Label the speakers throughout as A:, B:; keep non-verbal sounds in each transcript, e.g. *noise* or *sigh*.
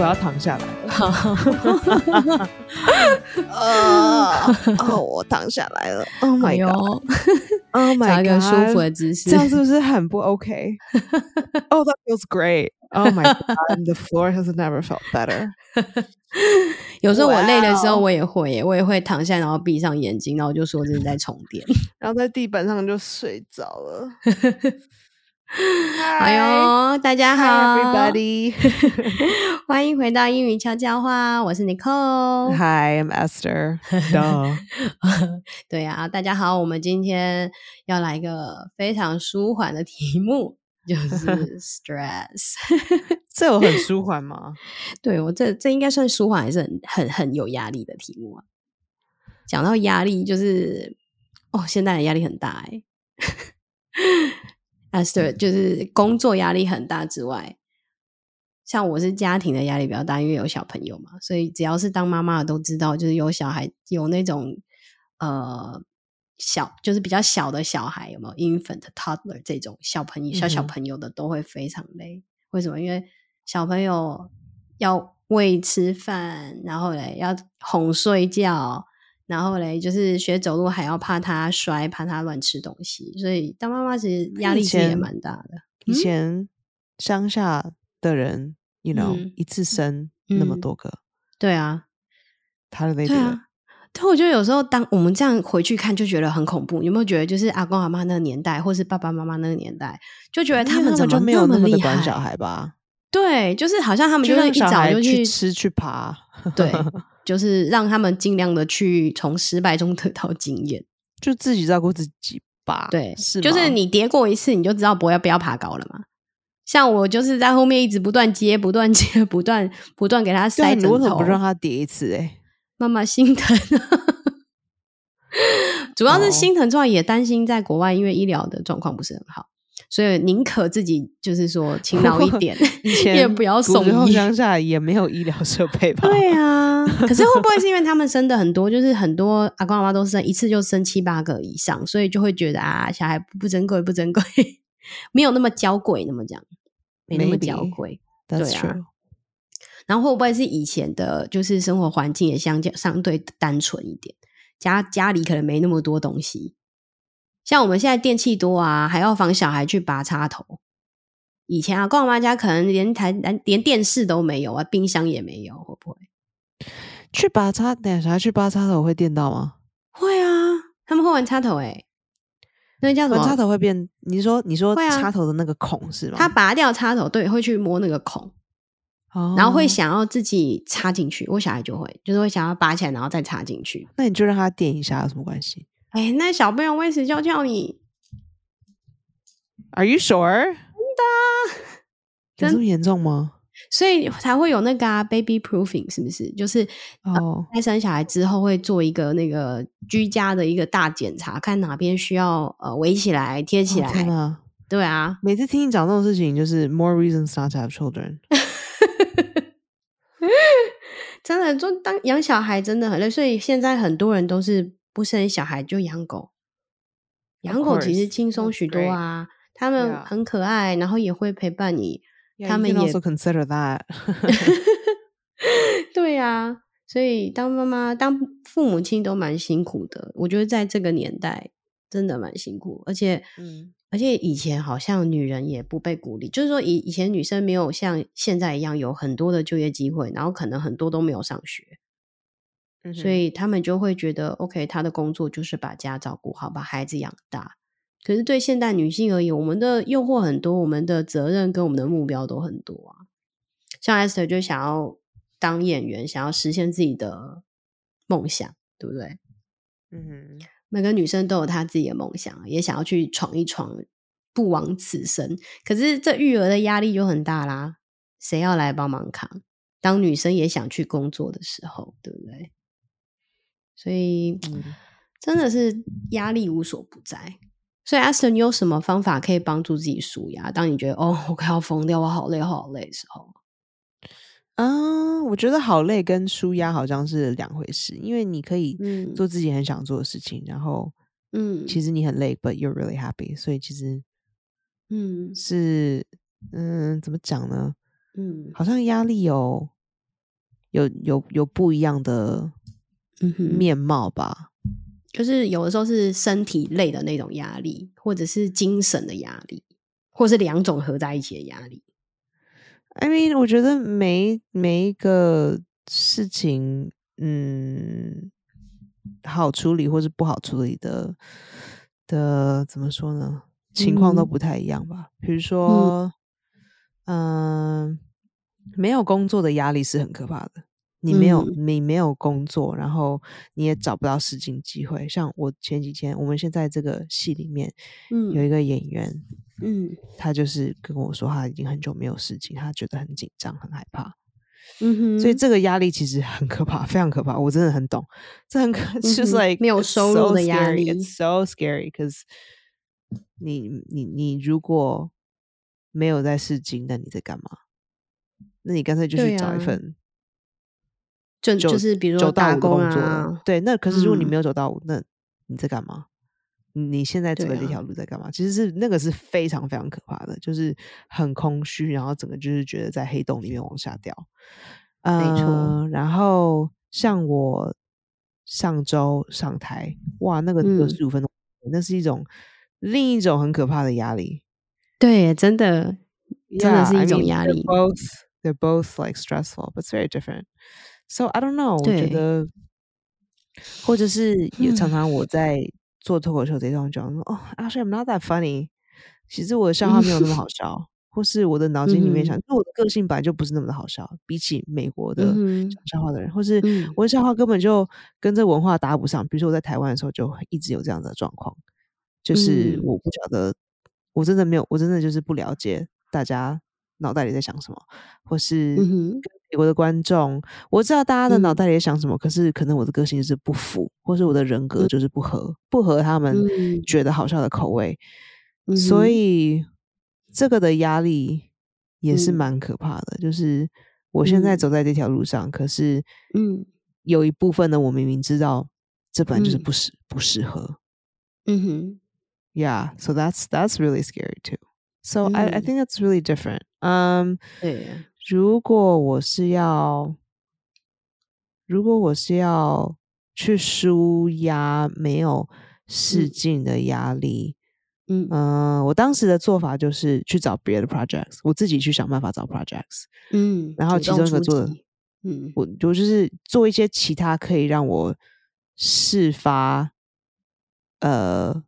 A: 要躺下来了。 *laughs*
B: 呃，哦，我躺下来了。Oh
C: *laughs* 哎
B: my
C: 呦
B: god！Oh
C: 找
B: my god！
C: 一个舒服的姿势
A: 这。样是不是很不
C: *laughs*
A: OK？Oh, that feels great. Oh my god, *laughs* the floor has never felt better.
C: 有时候我累的时
B: 哇
C: 候，
B: 哦
C: 我也会耶，我也会躺下，然后闭上眼睛，然后就说这是在充电。
B: 然后在地板上就睡着了。
C: *laughs* 哎呦，大家
B: Hi
C: 好 *laughs*
B: everybody.
C: 欢迎回到英语悄悄话，
B: *laughs*
C: 我是 Nicole。
A: Hi, I'm
C: *laughs*
A: Esther. Duh.
C: 对啊，大家好，我们今天要来一个非常舒缓的题目，就是
B: *laughs*
C: stress。
A: 这有很舒缓吗？
C: 对我这这应该算舒缓，还是很很很有压力的题目啊。讲到压力，就是哦，现代人压力很大 *laughs* 哎、欸。Esther
A: 嗯
C: 就是工作压力很大之外，像我是家庭的压力比较大，因为有小朋友嘛，所以只要是当妈妈的都知道，就是有小孩有那种呃小，就是比较小的小孩，有没有 infant toddler 这种小朋友小小
A: 嗯哼
C: 朋友的都会非常累。为什么？因为小朋友要喂吃饭，然后嘞要哄睡觉，然后嘞就是学走路还要怕他摔，怕他乱吃东西，所以当妈妈其实压力其实
A: 以
C: 也
A: 前
C: 蛮大的。嗯
A: 以前乡下的人，you know，、
C: 嗯
A: 一次生那么
C: 嗯
A: 多个，
C: 对啊，
A: 他的那
C: 对
A: 个
C: 啊。但我觉得有时候，当我们这样回去看，就觉得很恐怖。有没有觉得，就是阿公阿妈那个年代，或是爸爸妈妈那个年代，就觉得
A: 嗯因为
C: 们怎
A: 就
C: 么
A: 没有
C: 么
A: 那么的
C: 厉
A: 管
C: 害？
A: 小孩吧？
C: 对，就是好像他们
A: 就
C: 会
A: 让
C: 一
A: 小
C: 早
A: 孩
C: 就
A: 去吃去爬， *laughs*
C: 对，就是让他们尽量的去从失败中得到经验。
A: 就自己照顾自己吧。
C: 对，
A: 是
C: 就是
A: 吗
C: 你跌过一次，你就知道不要不要爬高了嘛。像我就是在后面一直不断接、不断接、不断不断给他
A: 对啊
C: 塞
A: 你
C: 枕
A: 为什么
C: 头
A: 不，让他叠一次、欸？哎，
C: 妈妈心疼。啊 *laughs* 主要是
A: 哦，
C: 心疼之外，也担心在国外，因为医疗的状况不是很好，所以宁可自己就是说勤劳一点
A: *laughs* 以前
C: 也不要
A: 古
C: 送
A: 时候
C: 医。
A: 乡下也没有医疗 *laughs* 设备吧？
C: 对啊，
A: *laughs*
C: 可是会不会是因为他们生的很多，就是很多阿公阿妈都生一次就生七八个以上，所以就会觉得啊，小孩不珍贵，不珍贵， *laughs* 没有那么娇贵，那么讲，没那么
A: Maybe
C: 娇贵。
A: That's
C: 对啊
A: true
C: 然后会不会是以前的，就是生活环境也相较相对单纯一点，家家里可能没那么多东西，像我们现在电器多啊，还要防小孩去拔插头。以前啊，公阿妈家可能连台连连电视都没有啊，冰箱也没有，会不会？
A: 去拔插，等一下去拔插头会电到吗？
C: 会啊，他们会玩插头哎、那个叫什
A: 拔
C: 么？
A: 插头会变？你说你说
C: 会啊
A: 插头的那个孔是吗？
C: 他拔掉插头，对，会去摸那个孔，然后会
A: 哦，
C: 想要自己插进去。我小孩就会，就是会想要拔起来，然后再插进去。
A: 那你就让他电一下有什么关系
C: 哎、那小朋友喂食叫叫你，
A: ？Are you sure？有
C: 真
A: 这么严重吗？
C: 所以才会有那个、啊、baby proofing，是不是？就是呃
A: 哦，
C: 在生小孩之后会做一个那个居家的一个大检查，看哪边需要呃围起来、贴起
A: 哦天
C: 来。
A: 哪！
C: 对啊，
A: 每次听你讲这种事情，就是 more reasons not to have
C: *laughs*
A: children。
C: 真的，就当养小孩真的很累，所以现在很多人都是不生小孩就养狗。养狗其实
A: course,
C: 轻松
A: that's
C: 许多啊，它
A: Yeah.
C: 们很可爱，然后也会陪伴你。 *laughs*
A: Yeah,
C: 他
A: you
C: 们
A: can
C: 也
A: also consider that *laughs*
C: 对啊，所以当妈妈、当父母亲都蛮辛苦的。我觉得在这个年代真的蛮辛苦，而且，
A: 嗯
C: 而且以前好像女人也不被鼓励，就是说以以前女生没有像现在一样有很多的就业机会，然后可能很多都没有上学。
A: 嗯哼。
C: 所以他们就会觉得，OK，他的工作就是把家照顾好，把孩子养大。可是对现代女性而言，我们的诱惑很多，我们的责任跟我们的目标都很多啊。像 Esther 就想要当演员，想要实现自己的梦想，对不对？
A: 嗯哼，
C: 每个女生都有她自己的梦想，也想要去闯一闯，不枉此生。可是这育儿的压力就很大啦，谁要来帮忙扛？当女生也想去工作的时候，对不对？所以、
A: 嗯
C: *sniffs* 真的是压力无所不在。所以 Aston，你有什么方法可以帮助自己舒压？当你觉得哦，我快要疯掉，我好累，我好累的时候，
A: 啊，我觉得好累跟舒压好像是两回事，因为你可以
C: 嗯
A: 做自己很想做的事情，然后
C: 嗯
A: 其实你很累，but you're really happy，所以其实
C: 嗯
A: 是嗯，怎么讲呢？
C: 嗯
A: 好像压力有有有有不一样的
C: 嗯哼
A: 面貌吧。
C: 就是有的时候是身体类的那种压力，或者是精神的压力，或是两种合在一起的压力。
A: I mean，我觉得每一每一个事情，嗯，好处理或是不好处理的的怎么说呢？情况都
C: 嗯
A: 不太一样吧。比如说，嗯、没有工作的压力是很可怕的。你没
C: 嗯
A: 有，你没有工作，然后你也找不到试镜机会。像我前几天，我们现在这个戏里面有
C: 嗯
A: 一个演员，
C: 嗯
A: 他就是跟我说，他已经很久没有试镜，他觉得很紧张、很害怕。
C: 嗯哼，
A: 所以这个压力其实很可怕，非常可怕。我真的很懂，这很可，就是
C: 嗯哼
A: like
C: 没有
A: it's
C: 收入
A: so
C: 的压
A: scary,
C: 力
A: It's so scary because 你你你如果没有在试镜，那你在干嘛？那你干脆就去
C: 对
A: 找一
C: 啊
A: 份
C: 就
A: 九、
C: 就是比如说
A: 九到
C: 打
A: 五的
C: 工
A: 工作了、
C: 啊，
A: 对，那可是如果你没
C: 嗯
A: 有九到五，那你在干嘛？你你现在走
C: 对
A: 的这
C: 啊
A: 条路在干嘛？其实是那个是非常非常可怕的，就是很空虚，然后整个就是觉得在黑洞里面往下掉。
C: 没错
A: 呃然后像我上周上台，哇，那个有
C: 嗯
A: 十五分钟，那是一种另一种很可怕的压力，
C: 对，真的真的
A: Yeah,
C: 是
A: I
C: 一种
A: mean,
C: 压
A: they're
C: 力。
A: Both they're both like stressful, but it's very different. So I don't know，我觉
C: 对
A: 得，或者是有常
C: 嗯
A: 常我在做脱口秀这段讲说，哦、a c t u a l l y I'm not that funny。其实
C: *laughs*
A: 我的笑话没有那么好笑，或是我的脑筋里面想，
C: 嗯
A: 那我的个性本来就不是那么的好笑，比起美国的
C: 嗯哼
A: 讲笑话的人，或是
C: 嗯
A: 我的笑话根本就跟这文化搭不上。比如说我在台湾的时候，就一直有这样的状况。就是
C: 嗯
A: 我不晓得，我真的没有，我真的就是不了解大家脑袋里在想什么，或是
C: 嗯
A: 跟 *laughs*
C: 哼，
A: 美国的观众，我知道大家的脑
C: 嗯
A: 袋里在想什么，可是可能我的个性就是不符，或是我的人格就是不合，不合他们
C: 嗯
A: 觉得好笑的口味，
C: 嗯
A: 所
C: 哼
A: 以这个的压力也是
C: 嗯
A: 蛮可怕的，就是。我现在
C: 嗯
A: 走在这条路上，可是
C: 嗯
A: 有一部分呢，我明明知道这本来就是
C: 嗯
A: 不适、不适合，
C: 嗯哼，
A: yeah so that's that's really scary too so I, I
C: 嗯
A: think that's really different um
C: 对啊，
A: 如果我是要如果我是要去舒压没有试
C: 嗯
A: 镜的压力
C: 嗯
A: 嗯、呃我当时的做法就是去找别的 projects 我自己去想办法找 projects
C: 嗯，
A: 然后
C: 主
A: 其
C: 动
A: 中一个
C: 出
A: 做的
C: 击，嗯
A: 我我就是做一些其他可以让我释发呃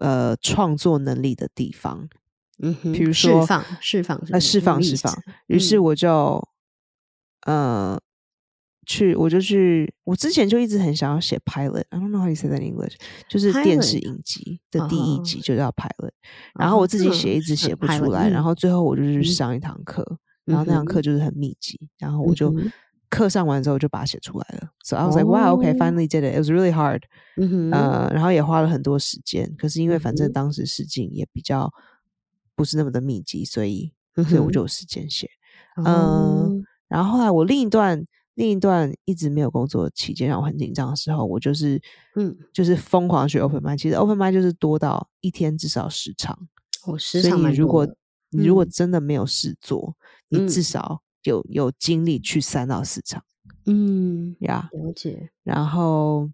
A: 呃创作能力的地方，
C: 嗯哼，
A: 比如
C: 释
A: 说
C: 放释放是
A: 呃
C: 不
A: 释
C: 是
A: 放
C: release
A: 释放，于是
C: 嗯
A: 我就、呃去我就去我之前就一直很想要写 pilot，I don't know how you say that in English，就是电视
C: Pilot
A: 影集的第一
C: 哦
A: 集就叫 pilot，然后我自己写一直写不出来，
C: 嗯
A: 然后最后我就去上一堂课，然后那堂课就是很密集，然后我就
C: 嗯哼
A: 课上完之后就把它写出来了。So I was like, wow, okay,
C: 哦
A: finally did it. It was really hard.
C: 嗯哼，
A: 呃，然后也花了很多时间，可是因为反
C: 嗯
A: 正
C: 哼
A: 当时试镜也比较不是那么的密集，所以
C: 嗯
A: 所以我
C: 哼
A: 就有时间写。
C: 嗯
A: 呃
C: 哼
A: 然后后来我另一段另一段一直没有工作期间，让我很紧张的时候，我就是
C: 嗯
A: 就是疯狂学 open mic。其实 open mic 就是多到一天至少十场，
C: 我时
A: 所
C: 常
A: 以
C: 蛮
A: 你如
C: 多
A: 果
C: 的
A: 你如果
C: 嗯
A: 真的没有事做，你至少有有精力去三到四场
C: 嗯
A: 呀。
C: 了解，
A: 然后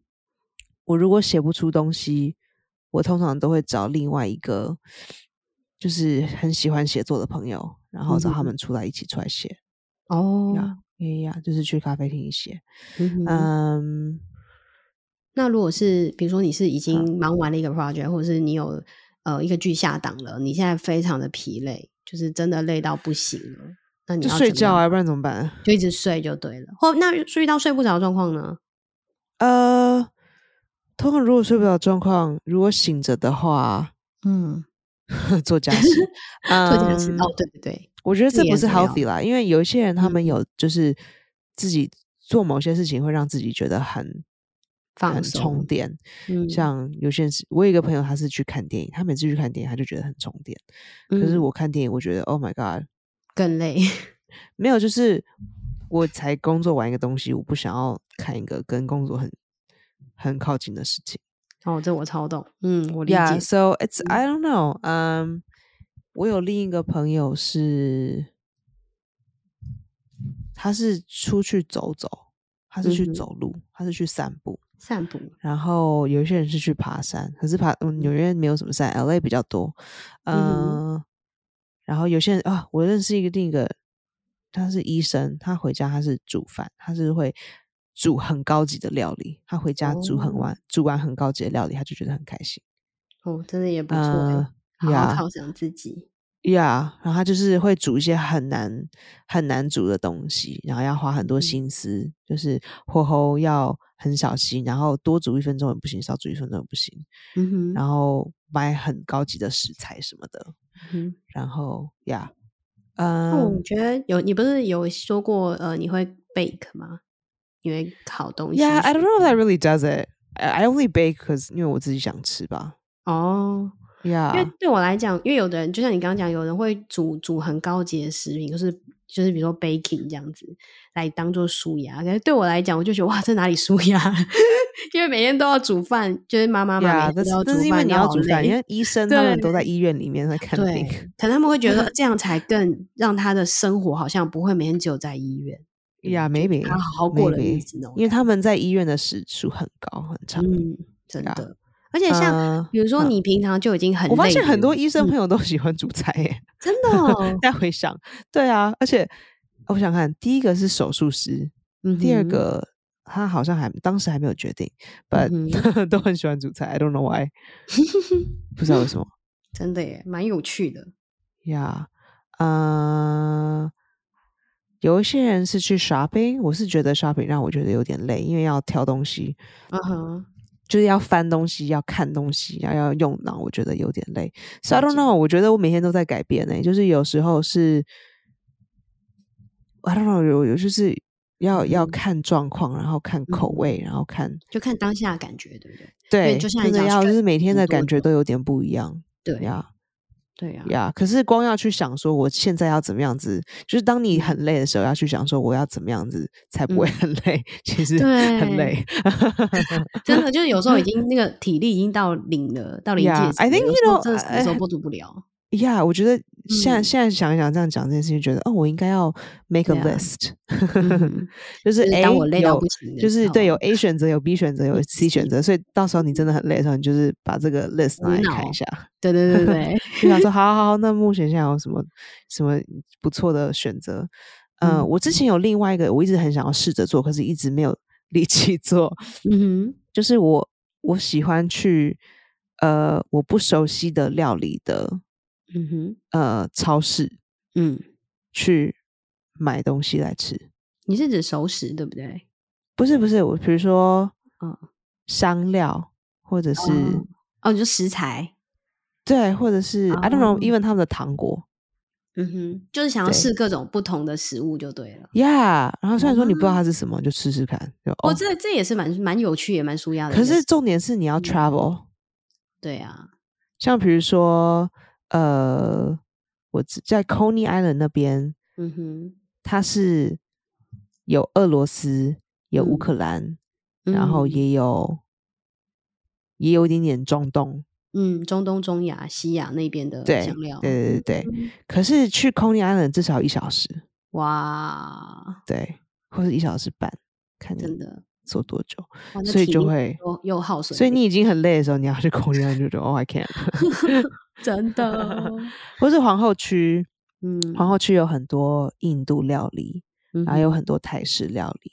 A: 我如果写不出东西，我通常都会找另外一个就是很喜欢写作的朋友，然后找他
C: 嗯哼
A: 们出来一起出来写呀
C: 哦，
A: 呀呀，就是去咖啡厅写。
C: 嗯哼。
A: 嗯，
C: 那如果是比如说你是已经忙完了一个 project，或者是你有呃一个剧下档了，你现在非常的疲累，就是真的累到不行了，那你
A: 就
C: 要
A: 睡
C: 怎么
A: 觉
C: 样
A: 啊，不然怎么办？
C: 就一直睡就对了。或那注意到睡不着的状况呢？
A: 呃，通常如果睡不着的状况，如果醒着的话， *laughs*
C: 嗯，
A: 做家 *laughs* 事，
C: 特别是
A: 嗯
C: 哦，对对对，
A: 我觉得
C: 这
A: 这
C: 也
A: 不
C: 很
A: 是
C: 重要
A: healthy 啦，因为有一些人他们
C: 嗯
A: 有就是自己做某些事情会让自己觉得很
C: 放
A: 很充
C: 松
A: 电。
C: 嗯，
A: 像有些人是，啊我有一个朋友他是去看电影，他每次去看电影他就觉得很充电。可是
C: 嗯
A: 我看电影，我觉得 Oh my God，
C: 更累，
A: 没有，就是我才工作完一个东西，我不想要看一个跟工作很很靠近的事情。
C: 哦，这我超懂，嗯，我理解
A: Yeah, so it's
C: 嗯
A: I don't know. Um，我有另一个朋友是，他是出去走走，他是去
C: 嗯哼
A: 走路，他是去散步，
C: 散步，
A: 然后有一些人是去爬山，可是爬嗯纽约没有什么山，L A 比较多。
C: 嗯哼
A: 嗯、然后有些人啊，我认识一个另一个，他是医生，他回家他是煮饭，他是会煮很高级的料理，他回家煮很
C: 哦
A: 完、煮完很高级的料理，他就觉得很开心。
C: 哦，真的也不错欸、
A: 嗯、
C: 好好
A: 呀
C: 犒赏自己。
A: 呀，然后他就是会煮一些很难很难煮的东西，然后要花很多
C: 嗯
A: 心思，就是火候要很小心，然后多煮一分钟也不行，少煮一分钟也不行。
C: 嗯哼，
A: 然后买很高级的食材什么的，
C: 嗯哼
A: 然后呀，
C: 那
A: 嗯
C: 我，觉得有，你不是有说过呃，你会 bake 吗？你会烤东西
A: yeah, I don't
C: 学
A: know if that really does it. I I only bake because 因为我自己想吃吧。
C: 哦，因为
A: Yeah,
C: 对我来讲，因为有的人就像你刚刚讲，有人会煮煮很高级的食品，就是就是比如说 baking 这样子来当做舒压。可是对我来讲，我就觉得哇，这哪里舒压？ *laughs* 因为每天都要煮饭，就是妈妈嘛，
A: yeah，
C: 每
A: 但
C: 天
A: 是
C: 都要煮
A: 但是因为
C: 饭，
A: 你
C: 然
A: 要
C: 后好
A: 煮饭，
C: 累
A: 因为医生他们
C: 对
A: 都在医院里面在看病。
C: 对，可能他们会觉 *laughs* 得这样才更让他的生活好像不会每天只有在医院。
A: *laughs* Yeah,
C: 就是
A: maybe,
C: 他好好过了日
A: maybe，
C: 子那种
A: 因为
C: 感
A: 他们在医院的时数很高很长。
C: 嗯，真
A: 对啊
C: 的。而且像、
A: 呃
C: 比如说
A: 嗯
C: 你平常就已经很累了，
A: 我发现很多医生
C: 嗯
A: 朋友都喜欢煮菜耶。，
C: 真的、哦
A: *laughs* 再回想，对啊，而且我想看，第一个是手术师，
C: 嗯
A: 第二
C: 哼
A: 个他好像还当时还没有决定，but、*laughs*
C: 嗯
A: 都很喜欢煮菜，I don't know
C: *laughs*
A: why，不知道为什么
C: 真的耶，蛮有趣的。
A: 呀。呃，有一些人是去 shopping，我是觉得 shopping 让我觉得有点累，因为要挑东西，
C: 嗯哼，
A: 就是要翻东西，要看东西，要要用脑，我觉得有点累。So I
C: 了
A: don't
C: 解
A: know，我觉得我每天都在改变呢、欸就是有时候是 I don't know，有有就是要、要
C: 嗯
A: 看状况，然后看口
C: 嗯哼
A: 味，然后看
C: 就看当下的感觉，对不对？
A: 对，
C: 就像
A: 真
C: 你
A: 的
C: 讲
A: 要就是每天
C: 很
A: 的
C: 多
A: 感觉都
C: 种
A: 有点不一样
C: 对
A: 呀
C: 对啊呀、
A: 呀。可是光要去想说我现在要怎么样子，就是当你很累的时候要去想说我要怎么样子才不会
C: 嗯
A: 很累，其实很
C: 对
A: 累。*laughs*
C: 真的就是有时候已经那个体力已经到零了，到临界
A: Yeah,
C: 值
A: I
C: 了
A: think
C: 有
A: you
C: 时
A: know,
C: 候
A: 哎
C: 真的什么时候
A: I-
C: 都不了。
A: 呀我觉得现在、
C: 嗯
A: 现在想一想这样讲这件事情，觉得哦，我应该要 make a
C: 对啊
A: list，、*laughs*
C: 嗯哼
A: 就是
C: 就是
A: A
C: 当我累到
A: 哎有
C: 不行的
A: 就是
C: 时
A: 对有
C: 候嗯
A: A 选择，有 B 选择，有 C 选择，所以到时候你真的很累的时候，你就是把这个 list 拿
C: 无
A: 来看
C: 脑
A: 一下，
C: 对对
A: *laughs*
C: 对对
A: 就想说，好好好，那目前现在有什么什么不错的选择？嗯、
C: 嗯
A: 我之前有另外一个，我一直很想要试着做，可是一直没有 *laughs* 力气做，
C: 对，嗯
A: 就是我我喜欢去呃我不熟悉的料理的
C: 哼，嗯哼，
A: 呃超市
C: 嗯，
A: 去买东西来吃。
C: 你是指熟食对不对？
A: 不是不是，我比如说
C: 嗯，
A: 香料或者是、
C: 哦哦，你说食材，
A: 对，或者是、I don't know
C: 哦
A: even 他们的糖果
C: 嗯哼，就是想要
A: 对
C: 试各种不同的食物就对了。
A: ，Yeah。然后虽然说你不知道它是什么，你就吃吃看。就
C: 哦，
A: 哦
C: 这这也是蛮蛮有趣，也蛮舒压的一
A: 可
C: 个事。
A: 是重点是你要
C: 嗯
A: travel，、
C: 对啊，
A: 像比如说呃，我只在 Coney Island 那边，
C: 嗯哼，
A: 它是有俄罗斯，有乌
C: 嗯
A: 克兰，然后
C: 嗯
A: 也有也有一点点中东。
C: 嗯，中东、中亚、西亚那边的
A: 对
C: 香料，
A: 对对对对
C: 嗯
A: 可是去 Coney Island 至少要一小时，
C: 哇，
A: 对，或者一小时半，看
C: 真
A: 你
C: 的，
A: 做多久。
C: 哇那
A: 嗯所以
C: 体
A: 就
C: 力
A: 会
C: 又又耗损，
A: 所以你已经很累的时候，你要去 Coney Island 就觉得哦，I can't。*laughs*
C: 真的，
A: 或是皇后区，
C: 嗯，
A: 皇后区有很多印度料理，
C: 嗯
A: 然后有
C: 哼，
A: 很多泰式料理，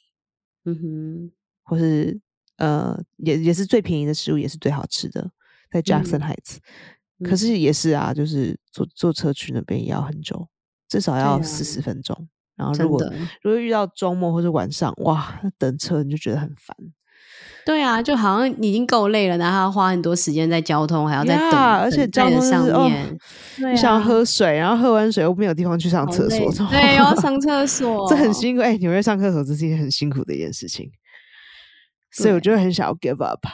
C: 嗯哼，
A: 或是呃，也也是最便宜的食物，也是最好吃的，在 Jackson
C: 嗯
A: Heights。可
C: 嗯
A: 是也是啊，就是坐坐车去那边也要很久，至少要
C: 啊
A: 四十分钟。然后如
C: 真
A: 果
C: 的，
A: 如果遇到周末或者晚上，哇，那等车你就觉得很烦。
C: 对啊，就好像你已经够累了，然后还要花很多时间在交通，还要再
A: Yeah，
C: 等，
A: 而且
C: 等
A: 交
C: 待
A: 通
C: 的
A: 就是
C: 上
A: 哦
C: 面，对
A: 你想要
C: 啊
A: 喝水，然后喝完水又没有地方去上
C: 好
A: 厕所
C: 累，
A: 怎么
C: 对，要上厕
A: *laughs*
C: 所，
A: 这很辛苦。哎、纽约上厕所这是一件很辛苦的一件事情，所以我
C: 对
A: 就会很想要 give up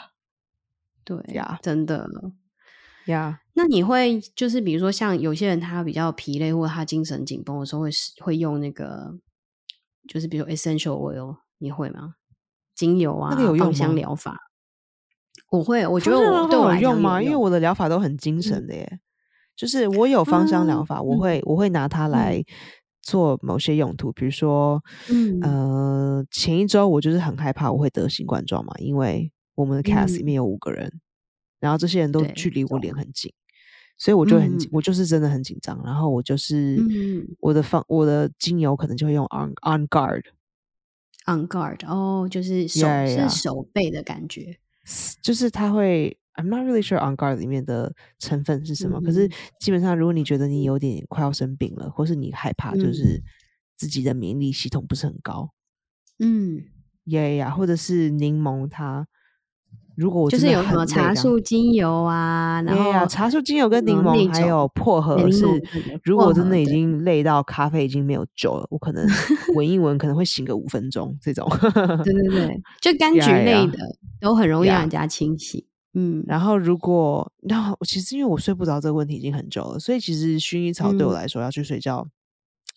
C: 对
A: 呀
C: 真的。
A: 呀。
C: 那你会就是比如说像有些人他比较疲累或者他精神紧绷的时候会使，会用那个，就是比如 essential oil，你会吗？精油啊，
A: 那个有用
C: 芳香
A: 吗
C: 疗法。我会，我
A: 我
C: 觉得我对我
A: 有
C: 来讲
A: 用
C: 有
A: 吗？因为
C: 用
A: 我的疗法都很精神的耶，就是我有芳香疗
C: 啊
A: 法，我
C: 嗯
A: 会我会拿它来做某些用途，比如说，
C: 嗯
A: 呃，前一周我就是很害怕我会得新冠状嘛，因为我们的 cast 里面有五个人，然后这些人都
C: 嗯对
A: 距离我脸很近，所以我就很紧，
C: 嗯
A: 我就是真的很紧张，然后我就是、
C: 嗯
A: 我的方我的精油可能就会用 on on guard，
C: ，on guard，哦，就是手
A: Yeah, yeah.
C: 是手背的感觉，
A: 就是它会。I'm not really sure on guard 里面的成分是什么，可是
C: 嗯
A: 基本上如果你觉得你有点快要生病了，或是你害怕就
C: 嗯
A: 是自己的免疫力系统不是很高，
C: 嗯，
A: 呀呀呀，或者是柠檬它，如果我
C: 就
A: 真的
C: 是有什
A: 很
C: 么
A: 累
C: 茶
A: 这样
C: 树精油啊，然
A: 呀呀
C: 后
A: 呀茶树精油跟
C: 什
A: 柠
C: 么
A: 檬
C: 那
A: 还有
C: 种
A: 薄荷
C: 柠
A: 是
C: 檬对对
A: 如果
C: 薄
A: 我真
C: 荷
A: 的已
C: 对
A: 经累到咖啡已经没有救了，我可
C: *laughs*
A: 能闻一闻可能会醒个五分钟这种。 *laughs*
C: 对对对，就柑橘
A: 呀呀
C: 类的都很容易让
A: 呀
C: 人家清醒。嗯，
A: 然后如果那我其实因为我睡不着这个问题已经很久了，所以其实薰衣草对我
C: 嗯
A: 来说要去睡觉。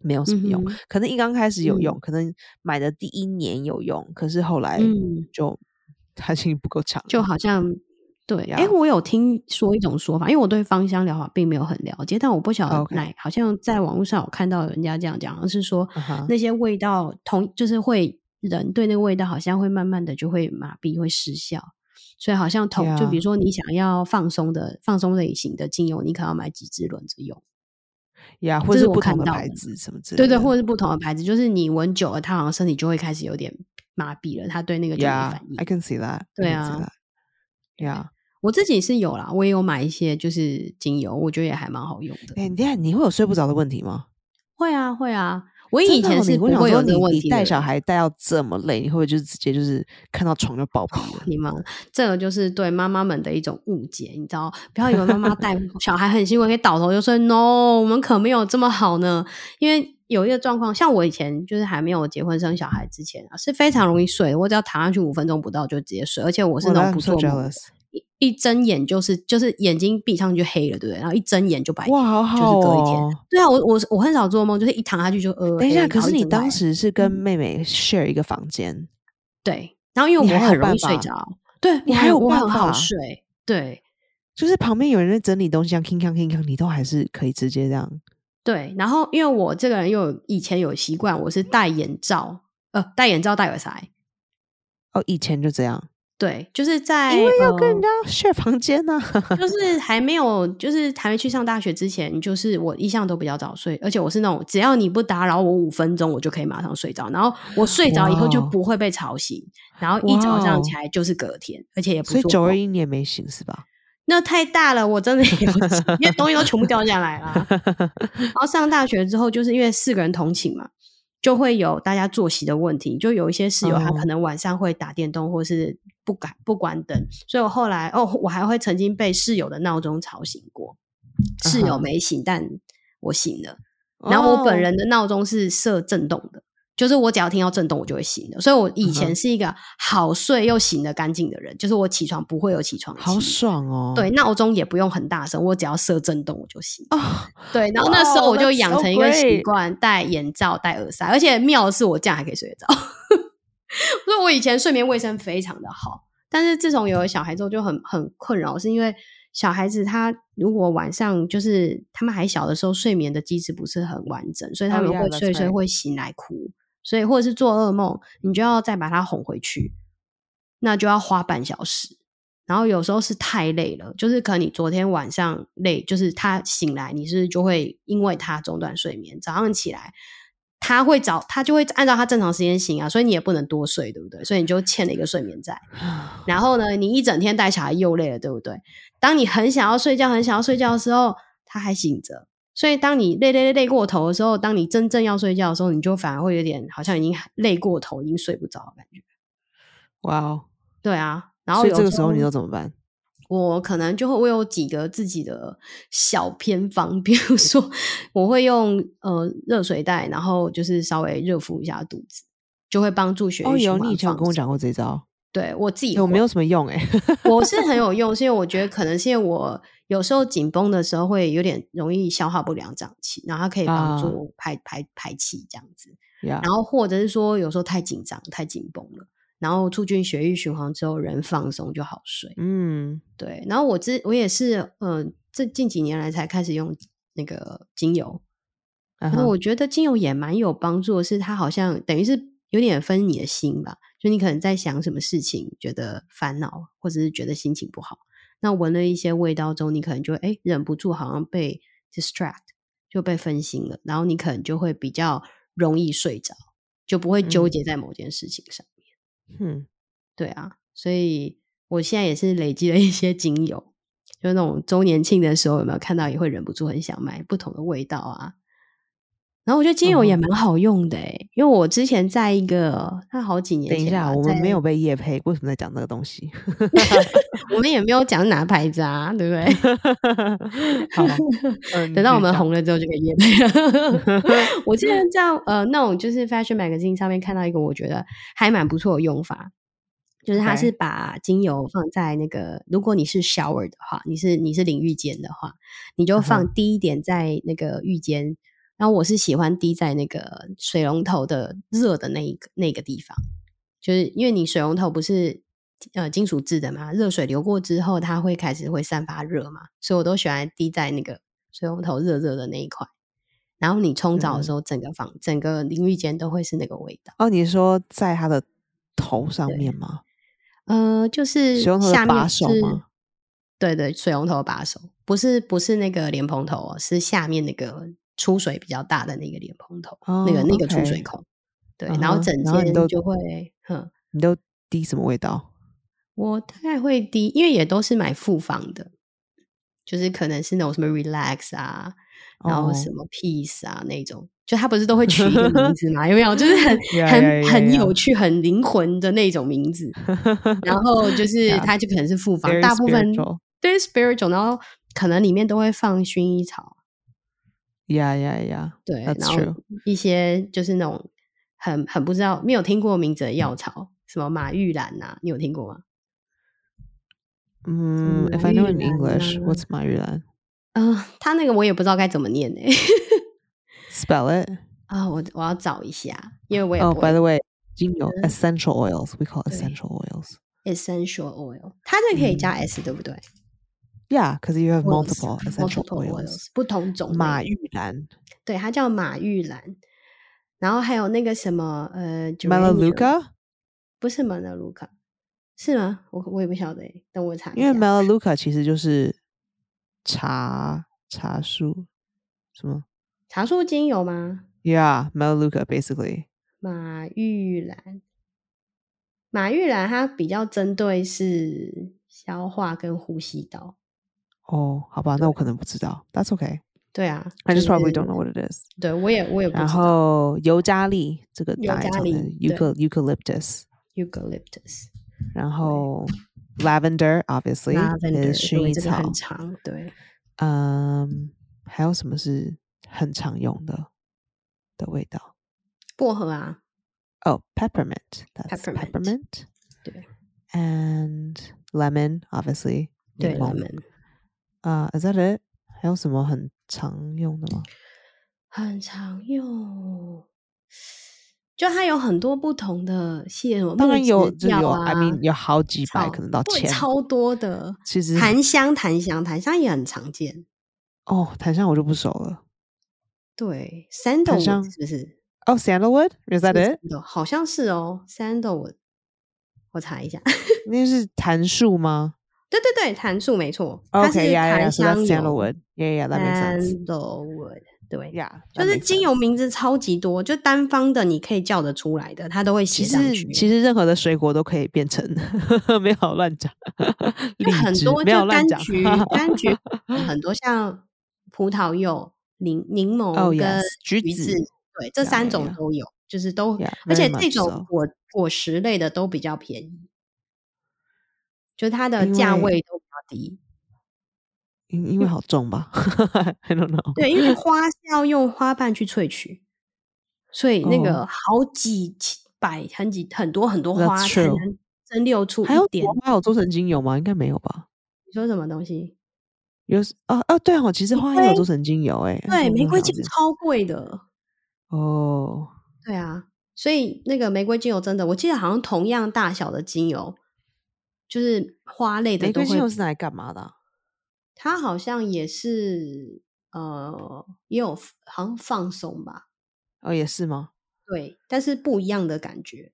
A: 没有什么用，
C: 嗯哼
A: 可能一刚开始有
C: 嗯
A: 用，可能买的第一年有用，可是后来
C: 嗯
A: 就、 *laughs* 它已经不够长了，
C: 就好像对，哎、
A: 呀
C: 我有听说一种说法，因为我对芳香疗法并没有很了解，但我不晓得
A: OK
C: 哪好像在网络上有看到人家这样讲，好像是说、
A: 啊哈
C: 那些味道同就是会人对那个味道好像会慢慢的就会麻痹，会失效。所以好像同就比
A: Yeah
C: 如说你想要放松的放松类型的精油，你可能要买几支轮子用，
A: 呀，或
C: 这
A: 是
C: 是我
A: 不同
C: 看
A: 的
C: 到
A: 牌
C: 的
A: 子什么之类
C: 对
A: 的，
C: 对，或者是不同的牌子，就是你闻久了，它好像身体就会开始有点麻痹了，它对那个就有
A: Yeah,
C: 反应
A: I。can see that.
C: 对
A: I can
C: 啊
A: see that. Yeah，
C: 我自己是有啦，我也有买一些就是精油，我觉得也还蛮好用的。
A: 哎、你看你会有睡不着的问题吗？
C: 会啊，会啊，我
A: 真
C: 以
A: 的哦
C: 前
A: 你
C: 是不
A: 我想
C: 会有
A: 说
C: 这
A: 你
C: 个问
A: 你
C: 题的
A: 带小
C: 人
A: 孩带到这么累，你会不会就是直接就是看到床就
C: 哦
A: 暴毙了？
C: 你吗？这个就是对妈妈们的一种误解，你知道？不要以为妈
A: *laughs*
C: 妈带小孩很辛苦，可以倒头就睡。No，我们可没有这么好呢。因为有一个状况，像我以前就是还没有结婚生小孩之前啊，是非常容易睡的。我只要躺下去五分钟不到就直接睡，而且我是
A: 哇
C: 那
A: I'm
C: 种不
A: so
C: 做梦的，
A: jealous
C: 一一睁眼就是就是眼睛闭上就黑了，对不对？然后一睁眼就白天，
A: 哇，好好
C: 就是隔一天。
A: 哦。
C: 对啊，我我我很少做梦，就是一躺下去就呃。
A: 等一下，
C: 黑
A: 可
C: 然后
A: 是
C: 一
A: 你
C: 睁来
A: 当时是跟妹妹 share 一个房间，
C: 对，然后因为
A: 你
C: 我
A: 还
C: 很
A: 有
C: 容易
A: 办
C: 睡
A: 法
C: 着，对
A: 你
C: 我
A: 还
C: 很
A: 有
C: 我
A: 办
C: 很好
A: 法
C: 睡，对
A: 就是旁边有人在整理东西，像 king kong king kong，你都还是可以直接这样。
C: 对。然后因为我这个人又有以前有习惯，我是戴眼罩，呃，戴眼罩戴耳塞，
A: 哦，以前就这样，
C: 对，就是在
A: 因为要跟人
C: 呃
A: 家 share 房间啊
C: *laughs*
A: 呢、
C: 就是还没有，就是还没去上大学之前，就是我一向都比较早睡，而且我是那种只要你不打扰我五分钟，我就可以马上睡着。然后我睡着以后就
A: 哇哦
C: 不会被吵醒，然后一早
A: 哇哦
C: 上起来就是隔天，而且也不
A: 所以
C: 做
A: 九二
C: 梦
A: 一你也没醒是吧？
C: 那太大了，我真的也 *laughs* 不行，因为东西都全部掉下来
A: *laughs*
C: 了。啊然后上大学之后，就是因为四个人同寝嘛，就会有大家作息的问题，就有一些室友他
A: 哦
C: 可能晚上会打电动，或是不敢不关灯，所以我后来哦，我还会曾经被室友的闹钟吵醒过，室
A: 嗯
C: 友
A: 哼
C: 没醒，但我醒了。然后我本
A: 哦
C: 人的闹钟是设震动的，就是我只要听到震动，我就会醒的。所以我
A: 嗯
C: 以
A: 哼
C: 前是一个好睡又醒的干净的人，就是我起床不会有起床
A: 好
C: 气
A: 爽哦。
C: 对，闹钟也不用很大声，我只要设震动我就行。
A: 哦，
C: 对，然后那时候我
A: Wow,
C: 就
A: that's
C: 养
A: so
C: 成一个习
A: great.
C: 惯，戴眼罩、戴耳塞，而且妙的是我这样还可以睡得着。 *laughs* 所以我以前睡眠卫生非常的好，但是自从有了小孩之后就很很困扰，是因为小孩子他如果晚上就是他们还小的时候，睡眠的机制不是很完整，所以他
A: Oh,
C: 们
A: yeah,
C: 会
A: that's
C: 睡一睡
A: right.
C: 会醒来哭，所以或者是做噩梦，你就要再把他哄回去，那就要花半小时。然后有时候是太累了，就是可能你昨天晚上累，就是他醒来，你是不是就会因为他中断睡眠，早上起来他会早，他就会按照他正常时间醒啊，所以你也不能多睡，对不对？所以你就欠了一个睡眠债。然后呢，你一整天带小孩又累了，对不对？当你很想要睡觉、很想要睡觉的时候，他还醒着。所以，当你累累累累过头的时候，当你真正要睡觉的时候，你就反而会有点好像已经累过头，已经睡不着的感觉。
A: 哇哦！
C: 对啊，然后
A: 所以
C: 有
A: 这个时候你都怎么办？
C: 我可能就会我有几个自己的小偏方，比如说我会用呃热水袋，然后就是稍微热敷一下肚子，就会帮助血
A: 哦，
C: 液循
A: 有
C: 环
A: 你以前有
C: 放
A: 跟我
C: 松
A: 讲过这招，
C: 对我自己
A: 有
C: 会
A: 没有什么用哎、
C: 我是很有用，是因为我觉得可能是因为我有时候紧绷的时候会有点容易消化不良胀气，然后它可以帮
A: 啊
C: 助排、排排气这样子。
A: 呀
C: 然后或者是说有时候太紧张、太紧绷了，然后促进血液循环之后人放松就好睡。
A: 嗯，
C: 对，然后我之我也是，嗯、呃，这近几年来才开始用那个精油，
A: 嗯
C: 那
A: 哼
C: 我觉得精油也蛮有帮助的是，它好像等于是有点分你的心吧，就你可能在想什么事情，觉得烦恼，或者是觉得心情不好，那闻了一些味道中，你可能就哎忍不住好像被 distract，就被分心了，然后你可能就会比较容易睡着，就不会纠
A: 嗯
C: 结在某件事情上。
A: 嗯
C: 对啊，所以我现在也是累积了一些精油，就是那种周年庆的时候有没有看到，也会忍不住很想买不同的味道啊。然后我觉得精油也
A: 哦
C: 蛮好用的诶、欸因为我之前在一个，那好几年
A: 等一
C: 前
A: 下，
C: 吧
A: 我们
C: 在
A: 没有被叶配，为什么在讲这个东西？
C: 我们也没有讲哪牌子啊，对不对？ *laughs*
A: 好，嗯
C: 等到我们，
A: 你
C: 红了之后就可以夜配
A: *laughs*
C: 了。我记得在呃那种就是 fashion magazine 上面看到一个我觉得还蛮不错的用法，就是它
A: OK
C: 是把精油放在那个，如果你是 shower 的话，你是你是淋浴间的话，你就
A: 嗯哼
C: 放低一点在那个浴间。然后我是喜欢滴在那个水龙头的热的那一个那个地方，就是因为你水龙头不是呃金属制的嘛，热水流过之后，它会开始会散发热嘛，所以我都喜欢滴在那个水龙头热热的那一块。然后你冲
A: 嗯
C: 澡的时候，整个房、整个淋浴间都会是那个味道。
A: 讲哦，你说在他的头上面吗？
C: 呃，就是
A: 水龙头的
C: 下面
A: 把
C: 不
A: 手
C: 是
A: 吗？
C: 对对，水龙头的把手不是不是那个莲蓬头哦，是下面那个出水比较大的那个莲蓬头，那个
A: 哦
C: 那个出
A: OK
C: 水孔。对，
A: 嗯
C: 然后
A: 哼
C: 整
A: 然后你
C: 间
A: 都
C: 就会，哼，
A: 你都滴什么味道？
C: 我大概会滴，因为也都是买复方的，就是可能是那种什么 relax 啊，然后
A: 哦
C: 什么 peace 啊那种，就它不是都会取一个名字嘛？有没 *laughs* 有？就是很
A: 呀
C: 很
A: 呀呀
C: 很
A: 呀
C: 有趣、很灵魂的那种名 *laughs* 字。然后就是
A: Yeah.
C: 它就可能是复方，
A: Very
C: 大部分
A: spiritual.
C: 对啊 spiritual，然后可能里面都会放薰衣草，
A: 呀呀呀！
C: 对，
A: That's
C: 然后
A: true
C: 一些就是那种很很不知道没有听过名字的药草，什么马玉兰呐、你有听过吗？
A: 嗯
C: 马
A: ，If I know
C: 玉
A: in
C: 兰
A: English,
C: 啊
A: what's 马玉兰
C: 嗯、它那个我也不知道该怎么念呢、
A: ？Spell it.
C: 啊，我我要找一下，因为我也
A: 哦、
C: 不
A: b y Oh,
C: 会
A: the way，精油
C: 嗯
A: essential oils we call
C: 对
A: essential oils.
C: essential oil，它这个可以加 s 对不对
A: Yeah, because you have
C: Oils
A: 嗯 multiple essential
C: multiple
A: oils.
C: 不同种类
A: 马玉兰
C: 对，它叫马玉兰，然后还有那个什么呃 geranium
A: ，Melaleuca，
C: 不是 Melaleuca，是吗？我我也不晓得欸，等我查一
A: 因为
C: 下
A: Melaleuca 其实就是茶茶树，什么
C: 茶树精油吗？
A: ？Yeah, Melaleuca basically.
C: 马玉兰，马玉兰它比较针对是消化跟呼吸道，
A: 哦、好吧，那我可能不知道，That's okay.
C: 对啊
A: I
C: 就
A: just probably
C: 是
A: don't know what it is.
C: 对我也我也不
A: 然
C: 知道
A: 后尤加利这个
C: 尤
A: 大家
C: 加
A: 常
C: 利
A: 见
C: 对
A: euca- eucalyptus，
C: eucalyptus
A: 然后 lavender obviously
C: lavender，
A: 是薰
C: 对
A: 衣
C: 这个
A: 草
C: 很，长，对，
A: 嗯，还有什么是很常用的的味道？
C: 薄荷啊，
A: 哦、p e p p e r m i n t t h a t s
C: Peppermint
A: peppermint，
C: 对
A: ，and lemon obviously，
C: 对
A: 柠檬
C: lemon
A: 啊、i s that it？还有什么很常用的吗？
C: 很常用，就它有很多不同的系列，
A: 当然有，
C: 这
A: 这有，I mean 有好几百，
C: 啊草
A: 可能到
C: 对
A: 千，
C: 超多的
A: 其实
C: 檀香，檀香，檀香也很常见。
A: 哦，檀香我就不熟了。
C: 对，sandal
A: 香
C: 是不是？
A: 哦、s a n d a l w o o d is that
C: 是
A: it？
C: sandal，好像是哦，sandal 我我查一下， *laughs*
A: 那是檀树吗
C: 对对对，檀树没错，它是
A: ？OK，呀呀
C: 檀
A: ，so that's
C: 香油
A: sandalwood。Yeah, yeah, that makes sense.
C: ，sandalwood，对。
A: Yeah，
C: 就是精油
A: that makes sense。
C: 名字超级多，就单方的你可以叫得出来的，它都会写
A: 其
C: 上
A: 实
C: 去。
A: 其实任何的水果都可以变成， *laughs* 没有乱讲，
C: 就
A: 荔
C: 很
A: 枝
C: 多，
A: 没
C: 就
A: 有乱
C: 柑
A: 讲。 *laughs*
C: 橘，柑橘很多像葡萄柚、柠柠
A: 哦
C: 檬跟
A: yes，橘
C: 橘
A: 子
C: 对，这
A: 呀
C: 三
A: 呀
C: 种
A: 呀
C: 都有，就是都
A: Yeah，
C: 而且
A: very
C: 这
A: much
C: 种
A: so
C: 果果实类的都比较便宜，就它的
A: 因
C: 价
A: 为
C: 位都比较低。
A: 因因为好重吧，I don't know。
C: 对，因为花是要用花瓣去萃取，所以那
A: 哦
C: 个好几百、很几很多很多
A: That's
C: 花才
A: true
C: 能蒸馏出
A: 还有
C: 一点。
A: 花有做成精油吗？应该没有吧？
C: 你说什么东西？
A: 有哦哦，对哦，其实
C: 玫
A: 花也有
C: 瑰
A: 做成精油哎、欸。
C: 对，玫瑰精
A: 精
C: 油超贵的。
A: 哦，
C: 对啊，所以那个玫瑰精油真的，我记得好像同样大小的精油，就是花类的
A: 玫
C: 都
A: 瑰精油
C: 会，
A: 是拿来干嘛的啊、
C: 它好像也是呃，也有好像放松吧，
A: 哦，也是吗？
C: 对，但是不一样的感觉，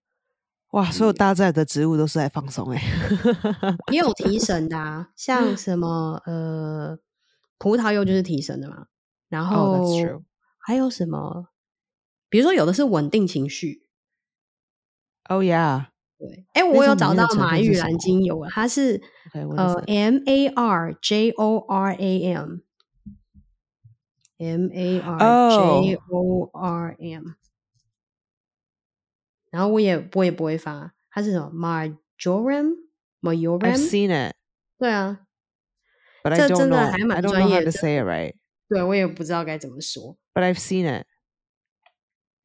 A: 哇，
C: 嗯
A: 所有大自然的植物都是在放松哎、
C: 也有提神的、啊，像
A: 嗯
C: 什么呃，葡萄柚就是提神的嘛，然后、
A: Oh, that's true.
C: 还有什么，比如说有的是稳定情绪，
A: Oh yeah，
C: 对，哎，
A: 那
C: 我有
A: 种
C: 找
A: 里面的
C: 到
A: 成
C: 马
A: 分是
C: 玉
A: 什
C: 兰
A: 么
C: 精油啊，它是
A: Okay, what is
C: *laughs* 呃
A: it?
C: M A R J O R A M M A R
A: 哦
C: J O R M，、然后我也我也不会发，它是什么 Marjoram
A: I've
C: Marjoram？
A: seen it,
C: 对啊，
A: but I
C: 这
A: don't
C: 真
A: know.
C: 的还
A: I
C: 蛮
A: don't
C: 专
A: know
C: 业
A: how
C: 的
A: to say it right,
C: 对我也不知道该怎么说。
A: but I've seen it.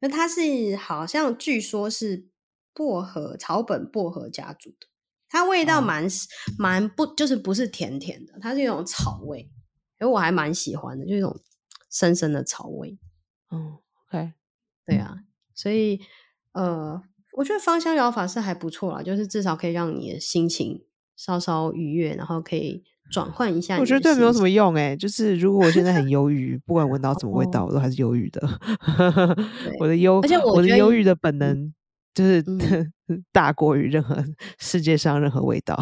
C: 那它是好像据说是薄荷草本薄荷家族的，它味道
A: 哦
C: 蛮是蛮不就是不是甜甜的，它是一种草味，而我还蛮喜欢的，就一种深深的草味。
A: 嗯，OK，
C: 对啊，
A: 嗯
C: 所以呃，我觉得芳香疗法是还不错啦，就是至少可以让你的心情稍稍愉悦，然后可以转换一下。
A: 我觉得对没有什么
C: 用。
A: 用哎、就是如果我现在很忧郁，不管闻到什么味道，我都还是忧郁的。 *laughs* 我的忧，
C: 哦而且我
A: 我的
C: 觉得
A: 忧
C: 一
A: 郁的本能就是
C: 嗯
A: *laughs* 大过于任何世界上任何味道。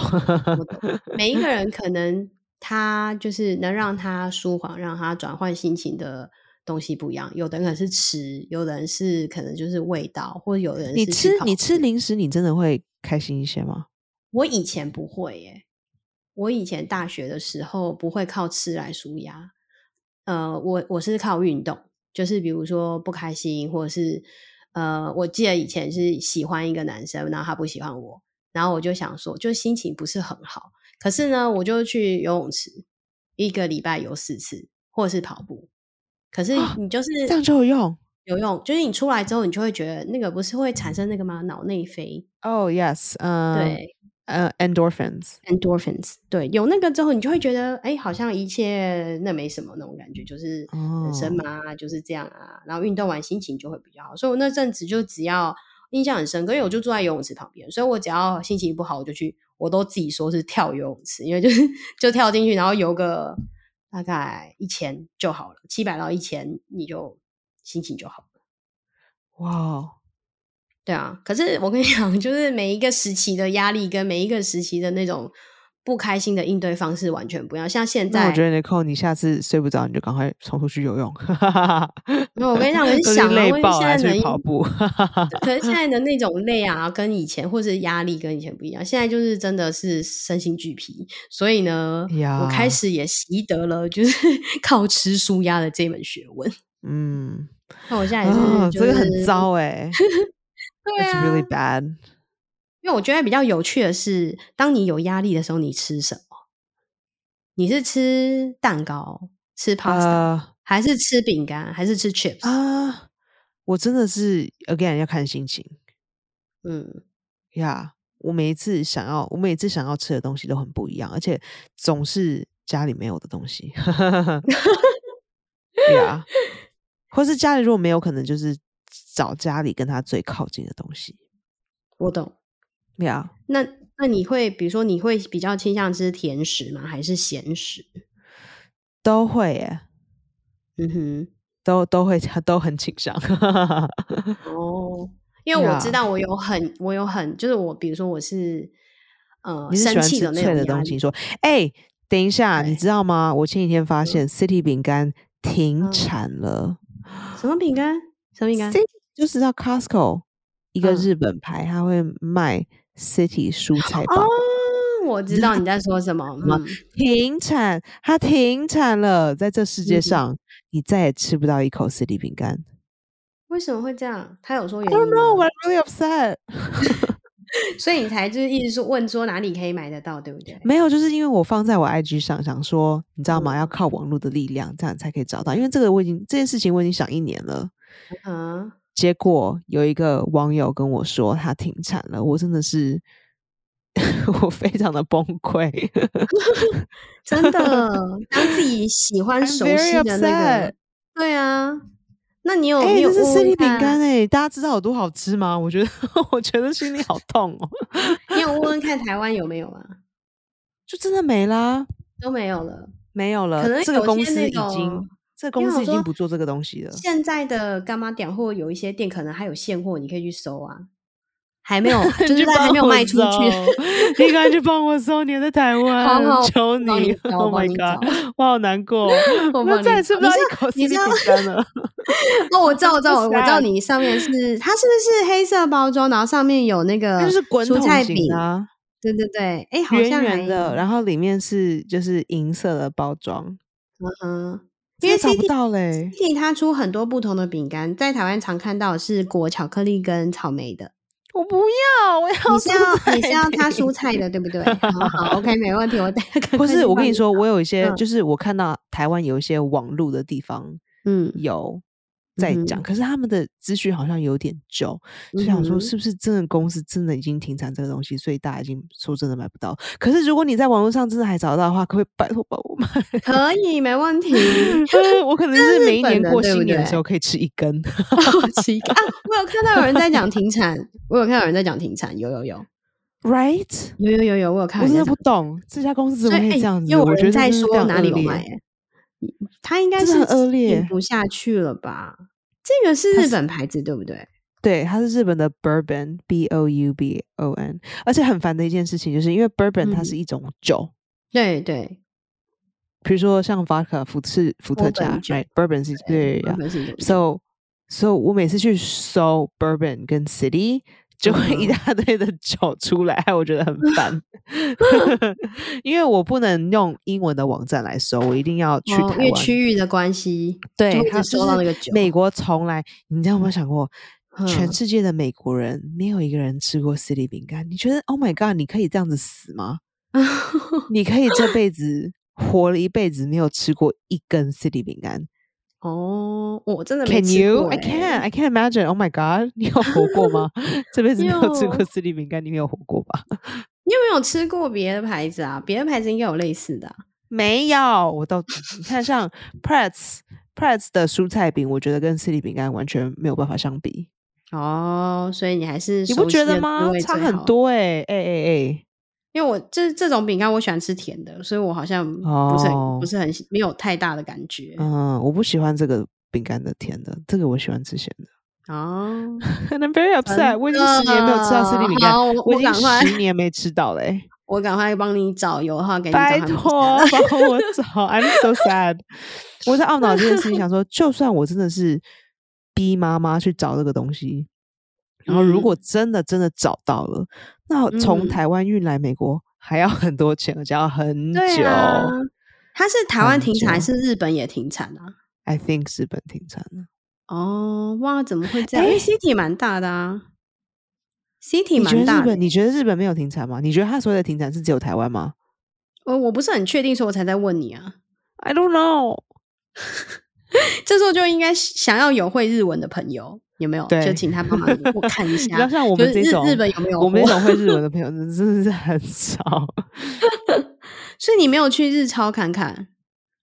C: 我懂每一个人可能他就是能让他舒缓、让他转换心情的东西不一样。有的人可能是吃，有的人是可能就是味道，或者有的
A: *laughs*
C: 人
A: 你
C: 是
A: 吃
C: 泡
A: 你吃
C: 面
A: 零食，你真的会开心一些吗？
C: 我以前不会耶、我以前大学的时候不会靠吃来舒压，呃，我我是靠运动，就是比如说不开心，或者是呃，我记得以前是喜欢一个男生，然后他不喜欢我，然后我就想说，就心情不是很好，可是呢，我就去游泳池，一个礼拜游四次，或者是跑步，可是
A: 啊
C: 你就是
A: 这样就有用
C: 有用，就是你出来之后，你就会觉得那个不是会产生那个吗？脑内啡，
A: ？Oh yes，嗯、
C: 对。
A: 呃、endorphins，
C: endorphins，对，有那个之后，你就会觉得，哎，好像一切那没什么那种感觉，就是人生
A: 哦
C: 嘛，就是这样啊。然后运动完心情就会比较好，所以我那阵子就只要印象很深刻，因为我就坐在游泳池旁边，所以我只要心情不好，我就去，我都自己说是跳游泳池，因为就是就跳进去，然后游个大概一千就好了，七百到一千，你就心情就好了。
A: 哇哦，
C: 对啊，可是我跟你讲，就是每一个时期的压力跟每一个时期的那种不开心的应对方式完全不一样。像现
A: 那
C: 在
A: 我觉，得 Nicole，你下次睡不着，你就赶快冲出去游泳。 *laughs*
C: 没有我跟你讲，我
A: 都已
C: 就
A: 经
C: 想啊，
A: 累
C: 我
A: 爆
C: 现
A: 了，还
C: 在
A: 出
C: 能
A: 去跑步。 *laughs*
C: 可能现在的那种累啊，跟以前或是压力跟以前不一样。现在就是真的是身心俱疲，所以呢，我
A: 哎呀
C: 开始也习得了就是 *laughs* 靠吃舒压的这门学问。
A: 嗯，
C: 那我现在也是、
A: 啊，
C: 就
A: 这
C: 是
A: 个很，糟哎、
C: *laughs* 对
A: It's
C: 啊
A: really bad。
C: 因为我觉得比较有趣的是，当你有压力的时候，你吃什么？你是吃蛋糕、吃 pasta，、
A: 啊
C: 还是吃饼干，还是吃 chips？、
A: 啊，我真的是 again 要看心情
C: 嗯，
A: 呀。Yeah, 我每一次想要，我每一次想要吃的东西都很不一样，而且总是家里没有的东西。 *laughs* 呀， *laughs* 或是家里如果没有，可能就是找家里跟他最靠近的东西。
C: 我懂。
A: 呀、yeah.。
C: 那那你会，比如说，你会比较倾向吃甜食吗？还是咸食？
A: 都会耶，
C: 嗯哼。
A: 都都会，都很倾向。
C: 哦，因为我知
A: Yeah
C: 道我有很，我有很，就是我，比如说我是，呃，
A: 你是喜
C: 生
A: 欢
C: 气
A: 吃
C: 的那
A: 脆
C: 种
A: 的
C: 压
A: 东
C: 力
A: 西？说，哎、等一下，你
C: 对
A: 知道吗？我前几天发现 City 饼干停
C: 嗯
A: 产了，
C: 什么饼干？什么饼干？
A: City 就是到 Costco 一个
C: 嗯
A: 日本牌，它会卖 City 蔬菜包、
C: 哦，我知道你在
A: *laughs*
C: 说什么。
A: 么
C: 嗯，
A: 停产，它停产了，在这世界
C: 嗯
A: 上、你再也吃不到一口 City 饼干。
C: 为什么会这样？他有说
A: I
C: 原因
A: don't know,
C: 吗
A: but I'm really upset.
C: 所以你才就是一直说问说哪里可以买得到，对不对？
A: 没有，就是因为我放在我 IG 上，想说你知道吗？
C: 嗯
A: 要靠网络的力量，这样才可以找到。因为这个我已经这件事情我已经想一年了。嗯
C: 啊，
A: 结果有一个网友跟我说他停产了，我真的是 *laughs* 我非常的崩溃。
C: 真的，当自己喜欢
A: *laughs* I'm
C: 熟
A: very
C: 悉的那
A: upset
C: 个，对啊。那你有
A: 哎、
C: 你有
A: 这是
C: 问
A: 士力
C: 问
A: 饼
C: 看
A: 干哎、大家知道有多好吃吗？我觉得 *laughs* 我觉得心里好痛哦，
C: 你有问问看台湾有没有啊？
A: 就真的没啦，
C: 都没有了。
A: 没有了。
C: 可能
A: 这个
C: 有
A: 公
C: 些
A: 司
C: 那
A: 已经
C: 种，
A: 这
C: 因
A: *laughs* 公
C: 为
A: 司
C: 我
A: 已经
C: 说
A: 不做这个东西了。
C: 现在的干妈店或有一些店可能还有现货，你可以去搜啊。还没有，
A: *laughs*
C: 就是在还没有卖出去，
A: 去，应该去帮我搜。你还在台湾，
C: *laughs* 好好
A: 求
C: 帮你找
A: ，Oh
C: 我帮
A: my
C: 你
A: god，
C: 找
A: 我好难过，哦
C: 我
A: 我
C: 帮
A: 再也
C: 你
A: 吃
C: 找
A: 不到
C: 你知
A: 一
C: 道
A: 口
C: 你
A: 西
C: 知
A: 饼
C: 道
A: 干 *laughs* 了。
C: 哦，我知道，我知道，我知道
A: sad
C: 你上面是它是不是黑色包装，然后上面有那个
A: 它就是滚
C: 蔬
A: 筒
C: 菜
A: 型
C: 饼
A: 的啊，
C: 对对对，哎，好
A: 圆
C: 像
A: 圆的，
C: 后
A: 然后里面是就是银色的包装，
C: 嗯，因
A: 因
C: 为
A: 为找
C: C
A: 不
C: D
A: 到嘞。
C: C D 它出很多不同的饼干，在台湾常看到的是果巧克力跟草莓的，
A: 我不要，我要
C: 你是要
A: 蔬
C: 你是要
A: 菜
C: 它
A: 饼
C: 蔬菜的对不对？好好，OK，没问题，我再
A: *laughs*
C: 看。
A: 不是，我跟你，说，我有一些
C: 嗯
A: 就是我看到台湾有一些网路的地方
C: 嗯，
A: 有在讲，可是他们的资讯好像有点旧，就想
C: 嗯
A: 说
C: 哼
A: 是不是真的公司真的已经停产这个东西，所以大家已经说真的买不到。可是如果你在网络上真的还找得到的话，可不可以拜托帮
C: *laughs*
A: 我买？
C: 可以，没
A: *laughs*
C: 问题。
A: 我可能
C: 这
A: 是
C: 是
A: 每一
C: 本
A: 年
C: 的
A: 过
C: 对不
A: 新年的
C: 对
A: 时候可以吃一根。
C: 好
A: *laughs*
C: 奇怪啊！我有看到有人在讲停产，我有看到有人在讲停产，有有有
A: Right？
C: 有有有有，我有看
A: 我
C: 到
A: 真的
C: 有人在讲
A: 不懂这家公司
C: 所
A: 怎么可以
C: 以哎
A: 这样子，
C: 又有
A: 我觉
C: 人
A: 得
C: 在
A: 这真的非
C: 说
A: 常
C: 哪
A: 恶
C: 里有
A: 劣
C: 卖、欸，他应该
A: 真
C: 是
A: 的很恶劣
C: 顶不下去了吧？这个是
A: 它
C: 日
A: 是
C: 本牌子对不对？
A: 对，它是日本的 bourbon b o u b o n，而且很烦的一件事情就是因为 bourbon 它
C: 嗯
A: 是一种酒，
C: 对对，
A: 比如说像 vodka 伏是伏特
C: 波
A: 加
C: 本酒
A: ，right bourbon 是对
C: 日
A: 呀。
C: 本是一种酒
A: So so 我每次去搜 bourbon 跟 city 就会一
C: 嗯
A: 大堆的酒出来，害我觉得很
C: *laughs*
A: 烦， *laughs* 因为我不能用英文的网站来搜，我一定要去
C: 哦，因
A: 台
C: 为
A: 湾。
C: 区域的关系，
A: 对
C: 就会一
A: 它
C: 直
A: 就
C: 收到
A: 是
C: 那个酒。
A: 美国从来，你知道有没有想过，全 *laughs*
C: 嗯
A: 世界的美国人没有一个人吃过 city 饼干？你觉得 Oh my God，你可以这样子死吗？你可以这辈子活了一辈子没有吃过一根 city 饼干
C: 哦，我真的没
A: ？Can
C: 吃
A: you?
C: 过
A: I
C: 欸
A: can. I can imagine. Oh my God，你有活过吗？这辈子没有吃过
C: 有
A: city 饼干，你没有活过吧？
C: 你有没有吃过别的牌子啊？别的牌子应该有类似的啊、
A: 没有，我都你看像 Pretz Pretz 的蔬菜饼，我觉得跟 city 饼干完全没有办法相比。
C: 哦，所以你还是
A: 你不
C: 熟悉
A: 觉得
C: 的滋
A: 吗
C: 味？
A: 差
C: 最
A: 很
C: 好，
A: 多哎哎哎哎，
C: 因为我这这种饼干我喜欢吃甜的，所以我好像不是很、
A: 哦
C: 不是很没有太大的感觉。
A: 嗯，我不喜欢这个饼干的甜的，这个我喜欢吃咸的。 *laughs*
C: 哦，
A: I'm very upset，我已经十年没有吃到 city 饼干，
C: 好我
A: 我已经
C: 赶快
A: 十年没吃到嘞、
C: *laughs* 我赶快帮你找油哈，哎给你找
A: 拜
C: 他们啊
A: 托帮我找，I'm so
C: *laughs*
A: sad。我在懊恼这件事情，想说，就算我真的是逼妈妈去找这个东西，然后如
C: 嗯
A: 果真的真的找到了，那从
C: 嗯
A: 台湾运来美国还要很多钱，而且要很久。
C: 对啊，它是台湾
A: 很
C: 停产还
A: 久
C: 是日本也停产啊？
A: I think 日本停产了，
C: 哦，哇，怎么会这样？因
A: 哎
C: 为 City 蛮大的啊
A: 你
C: ，City
A: 觉
C: 蛮
A: 得
C: 大
A: 日
C: 的
A: 本？。你觉得日本没有停产吗？你觉得它所谓的停产是只有台湾吗
C: 我我不是很确定，所以我才在问你啊。 *laughs*
A: ？I don't know。
C: 这时候就应该想要有会日文的朋友，有没有？
A: 对
C: 就请他帮忙我看一
A: 你知道
C: 下。
A: 像我
C: 啊就
A: 们
C: 是
A: 这种
C: 日日本有没有
A: 我们这
C: 货
A: 种会日文的朋友，真的是很少。
C: 所以你没有去日超看看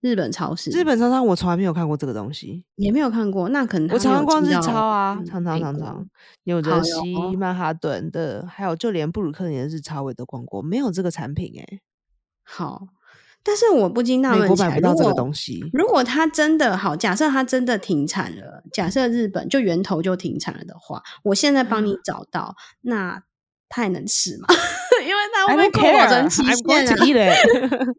C: 日本超市，
A: 日本商场我从来没有看过这个东西，
C: 也没有看过，那可能他
A: 我常
C: 没
A: 常
C: 有
A: 逛
C: 进
A: 日
C: 到
A: 超啊，
C: 嗯
A: 常常
C: 美
A: 常
C: 国
A: 常纽
C: 好
A: 泽
C: 哟
A: 西、曼哈顿的，还有就连布鲁克林的日超我也都逛过，没有这个产品哎、
C: 好。但是我不禁纳
A: 美
C: 闷
A: 国
C: 起
A: 买
C: 来，
A: 不到
C: 如
A: 这个
C: 果
A: 东西。
C: 如果它真的好，假设它真的停产了，假设日本就源头就停产了的话，我现在帮你
A: 嗯
C: 找到，那它还能吃吗？ *laughs* 因为它
A: I
C: 会
A: don't
C: 过保
A: care.
C: 存期
A: I'm going
C: 限啊
A: to。eat
C: *laughs*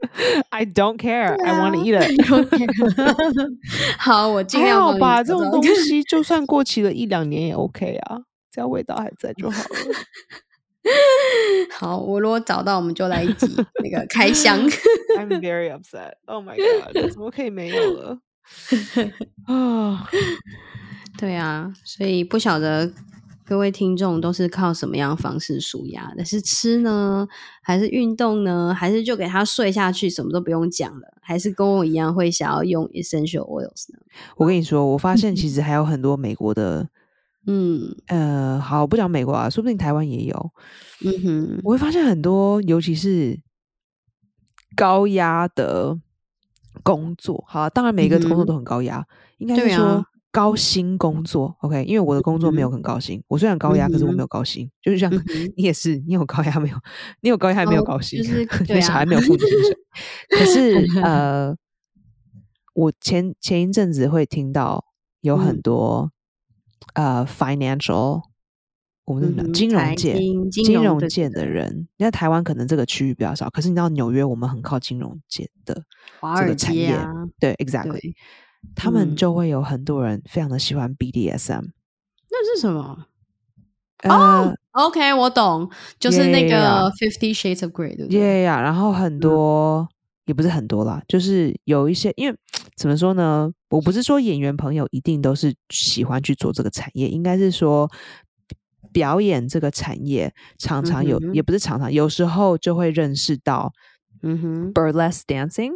A: it. I don't care.
C: 对
A: I
C: 啊
A: want to eat it. *laughs*
C: *laughs* 好，我 *laughs* 尽
A: 还
C: 量
A: 好
C: 帮你
A: 吧，这
C: 找
A: 种
C: 到
A: 东
C: *laughs* 个
A: 西就算过期了一两年也 OK 啊，只要味道还在就好了。
C: 好，我如果找到，我们就来一集那个
A: *laughs*
C: 开箱。
A: I'm very upset. Oh my god，怎么可以没有了？啊，
C: 对啊，所以不晓得各位听众都是靠什么样的方式舒压的？是吃呢，还是运动呢，还是就给他睡下去，什么都不用讲了？还是跟我一样会想要用 essential oils 呢？
A: 我跟你说，我发现其实还有很多美国的
C: 嗯
A: 呃，好，不讲美国啊，说不定台湾也有。
C: 嗯哼，
A: 我会发现很多，尤其是高压的工作，好啊、当然每个工作
C: 嗯
A: 都很高压，应该
C: 对
A: 是说
C: 啊
A: 高薪工作。OK，因为我的工作没有
C: 嗯
A: 很高薪，我虽然高压，可是我
C: 嗯哼
A: 没有高薪。就是像
C: 嗯哼
A: *laughs* 你也是，你有高压没有？你有高压没有 *laughs*
C: 哦
A: 高薪，
C: 就是
A: 你
C: 对
A: 小
C: 啊 *laughs*
A: 孩没有付你薪水。可是呃，我前前一阵子会听到有很
C: 嗯
A: 多、呃 financial，我们怎么
C: 嗯
A: 讲
C: 哼
A: 金融
C: 财
A: 界
C: 经金融
A: 融
C: 对
A: 界
C: 对
A: 的
C: 对
A: 人，那台湾可能这个区域比较少，可是你到纽约，我们很靠金融界的，
C: 华
A: 这个
C: 尔
A: 产
C: 街
A: 业
C: 啊，
A: 对，exactly，
C: 对
A: 他们
C: 嗯
A: 就会有很多人非常的喜欢 BDSM，
C: 那是什么哦
A: 呃，
C: ？OK，我懂，就是那
A: Yeah
C: 个 Fifty Shades of Grey，对不对？
A: 耶呀！然后
C: 嗯
A: 很多、也不是很多啦，就是有一些，因为怎么说呢？我不是说演员朋友一定都是喜欢去做这个产业，应该是说表演这个产业常常有，
C: 嗯哼
A: 也不是常常，有时候就会认识到
C: 嗯哼，
A: burlesque dancing，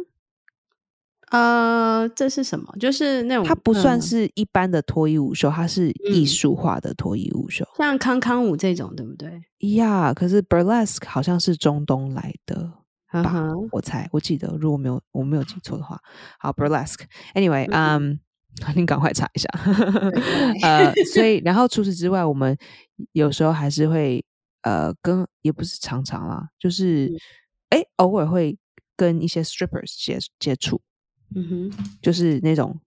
C: 呃，这是什么？就是那种
A: 它不算
C: 嗯
A: 是一般的脱衣舞秀，它是艺
C: 嗯
A: 术化的脱衣舞秀。
C: 像康康舞这种，对不对？
A: 呀、可是 burlesque 好像是中东来的，
C: 嗯
A: 吧
C: 哼，
A: 我猜，我记得，如果没有我没有记错的话，好，burlesque，anyway，嗯、 *laughs* 你赶快查一下，呃，所以然后除此之外，我们有时候还是会呃跟也不是常常啦，就是
C: 嗯
A: 哎、诶偶尔会跟一些 strippers 接接触，
C: 嗯哼，
A: 就是那种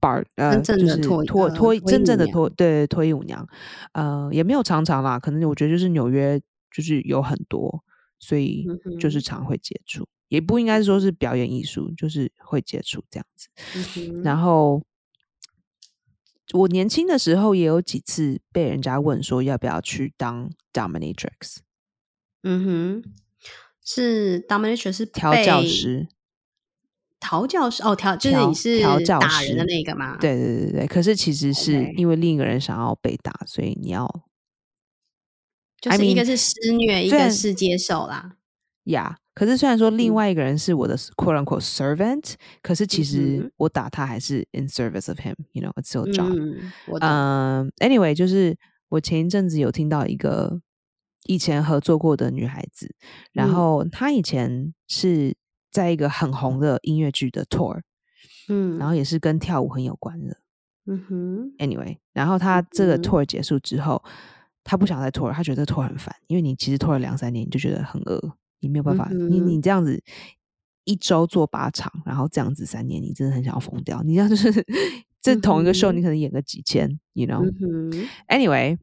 A: bar 呃，
C: 正
A: 就
C: 的
A: 是
C: 脱
A: 脱
C: 呃
A: 脱
C: 脱衣
A: 真正
C: 舞
A: 的
C: 娘
A: 脱对脱衣舞娘，呃，也没有常常啦，可能我觉得就是纽约就是有很多，所以
C: 嗯
A: 就是
C: 哼
A: 常会接触，也不应该是说是表演艺术，就是会接触这样子。
C: 嗯哼
A: 然后我年轻的时候也有几次被人家问说要不要去当 dominatrix
C: 嗯哼，是 dominatrix 是
A: 调教
C: 被
A: 师，
C: 调教师哦，调就是
A: 调
C: 你是
A: 调教
C: 打人的
A: 师
C: 那个嘛？，
A: 对对对对，可是其实是
C: OK
A: 因为另一个人想要被打，所以你要
C: 就
A: I
C: 是一
A: mean，
C: 个是施虐，一
A: 虽然
C: 个是接受啦。
A: 呀。可是虽然说另
C: 嗯
A: 外一个人是我的 “quote unquote” servant，可是其
C: 嗯
A: 实
C: 哼
A: 我打他还是 in service of him，you know，it's still a job。
C: 嗯，我懂。
A: 嗯、a n y w a y 就是我前一阵子有听到一个以前合作过的女孩子，然
C: 嗯
A: 后她以前是在一个很红的音乐剧的 tour，
C: 嗯，
A: 然后也是跟跳舞很有关的。
C: 嗯哼，
A: Anyway，然后她这个
C: 嗯
A: tour 结束之后，她不想再 tour，了她觉得 tour 很烦，因为你其实 tour 了两三年，你就觉得很饿，你没有办法，你
C: 嗯
A: 你这样子一周做八场，然后这样子三年，你真的很想要疯掉。你这样就是这同一个 show，
C: 嗯
A: 你可能演个几千，you know，、
C: 嗯哼，
A: Anyway，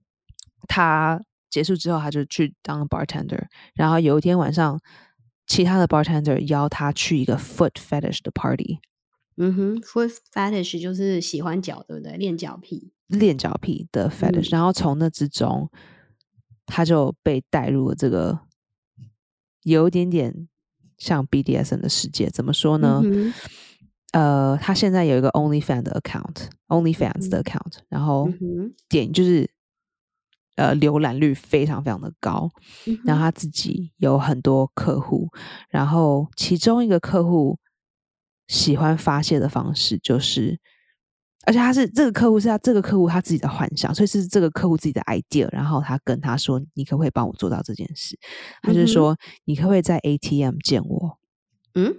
A: 他结束之后，他就去当 bartender。然后有一天晚上，其他的 bartender 邀他去一个 foot fetish 的 party
C: 嗯哼，foot fetish 就是喜欢脚，对不对？练脚癖。
A: 练脚癖的 fetish、
C: 嗯
A: 然后从那之中，他就被带入了这个有一点点像 BDSM 的世界。怎么说呢？
C: 嗯
A: 呃，他现在有一个 OnlyFans 的 account，OnlyFans 的 account，、然后
C: 嗯哼
A: 点就是呃浏览率非常非常的高。
C: 嗯
A: 然后
C: 哼
A: 他自己有很多客户，然后其中一个客户喜欢发泄的方式就是，而且他是这个客户是他这个客户他自己的幻想，所以是这个客户自己的 idea，然后他跟他说你可不可以帮我做到这件事？他就是
C: 嗯哼
A: 说、你可不可以在 ATM 见我？
C: 嗯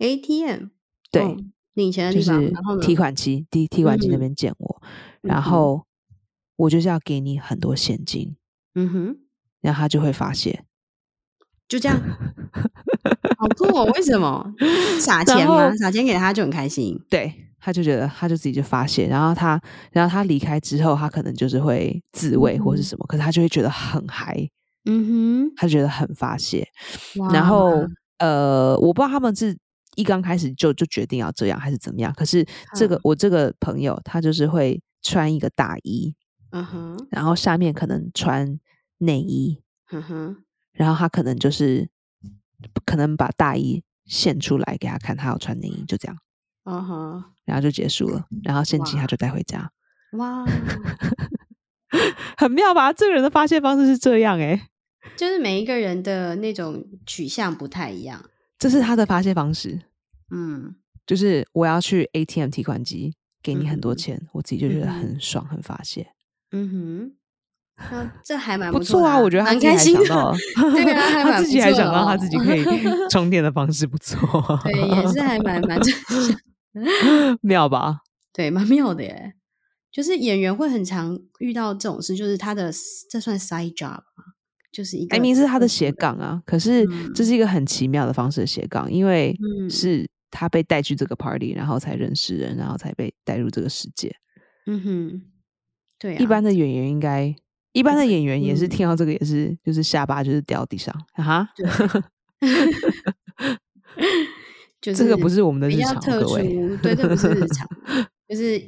C: ，ATM
A: 对，
C: 哦你以前的
A: 就
C: 地方，
A: 是
C: 然后呢？
A: 提款机提提款机那
C: 嗯
A: 边见我，
C: 嗯
A: 然
C: 哼
A: 后我就是要给你很多现金，
C: 嗯哼，
A: 然后他就会发泄。
C: 就这样，好酷哦！为什么？撒
A: *laughs* 然
C: 钱吗？
A: 后
C: 撒钱给他就很开心。
A: 对，他就觉得他就自己就发泄，然后他，然后他离开之后，他可能就是会自慰或是
C: 嗯
A: 什么，可是他就会觉得很嗨，
C: 嗯
A: 他觉得很发泄。
C: 哼，哇
A: 然后呃，我不知道他们是一刚开始就就决定要这样还是怎么样，可是这个、
C: 嗯
A: 我这个朋友他就是会穿一个大衣，
C: 嗯哼，
A: 然后下面可能穿内衣，
C: 嗯哼，
A: 然后他可能就是可能把大衣献出来给他看，他要穿内衣，就这样，
C: 嗯哼，
A: 然后就结束了，然后现金他
C: 哇
A: 就带回家。
C: 哇，哦
A: 很妙吧？这个人的发泄方式是这样、欸，诶，
C: *laughs* 就是每一个人的那种取向不太一样。
A: 这是他的发泄方式，
C: 嗯
A: 就是我要去 ATM 提款机给你很多
C: 嗯哼
A: 钱，我自己就觉得
C: 嗯哼
A: 很爽，很发泄，
C: 嗯哼，那这还蛮
A: 不错
C: 错的
A: 啊！我觉得他
C: 蛮
A: 自己
C: 开
A: 还
C: 心
A: 想
C: 的。
A: 到了，
C: *laughs* 对啊还
A: *laughs* 他
C: 蛮
A: 自己
C: 不
A: 还
C: 错
A: 想到
C: 的
A: 他
C: 哦
A: 自己
C: *laughs*
A: 可以充电的方式，不错，
C: 对，也是还蛮 *laughs* 蛮正向，
A: 妙吧？
C: 对，蛮妙的耶。就是演员会很常遇到这种事，就是他的这算 side job 吗？就是一个嗯
A: 明明是他的斜
C: 特殊
A: 杠啊，可是这
C: 嗯
A: 是一个很奇妙的方式的斜杠，因为
C: 嗯
A: 是他被带去这个 party，然后才认识人，然后才被带入这个世界。
C: 嗯哼，对、啊，
A: 一般的演员应该，一般的演员也是
C: 嗯
A: 听到这个也是，就是下巴就是掉地上啊哈。
C: 就是
A: 这个不是我们的
C: 比
A: 日
C: 较
A: 常，
C: 特
A: 各
C: 殊
A: 位。，
C: 对，这不是日常，就是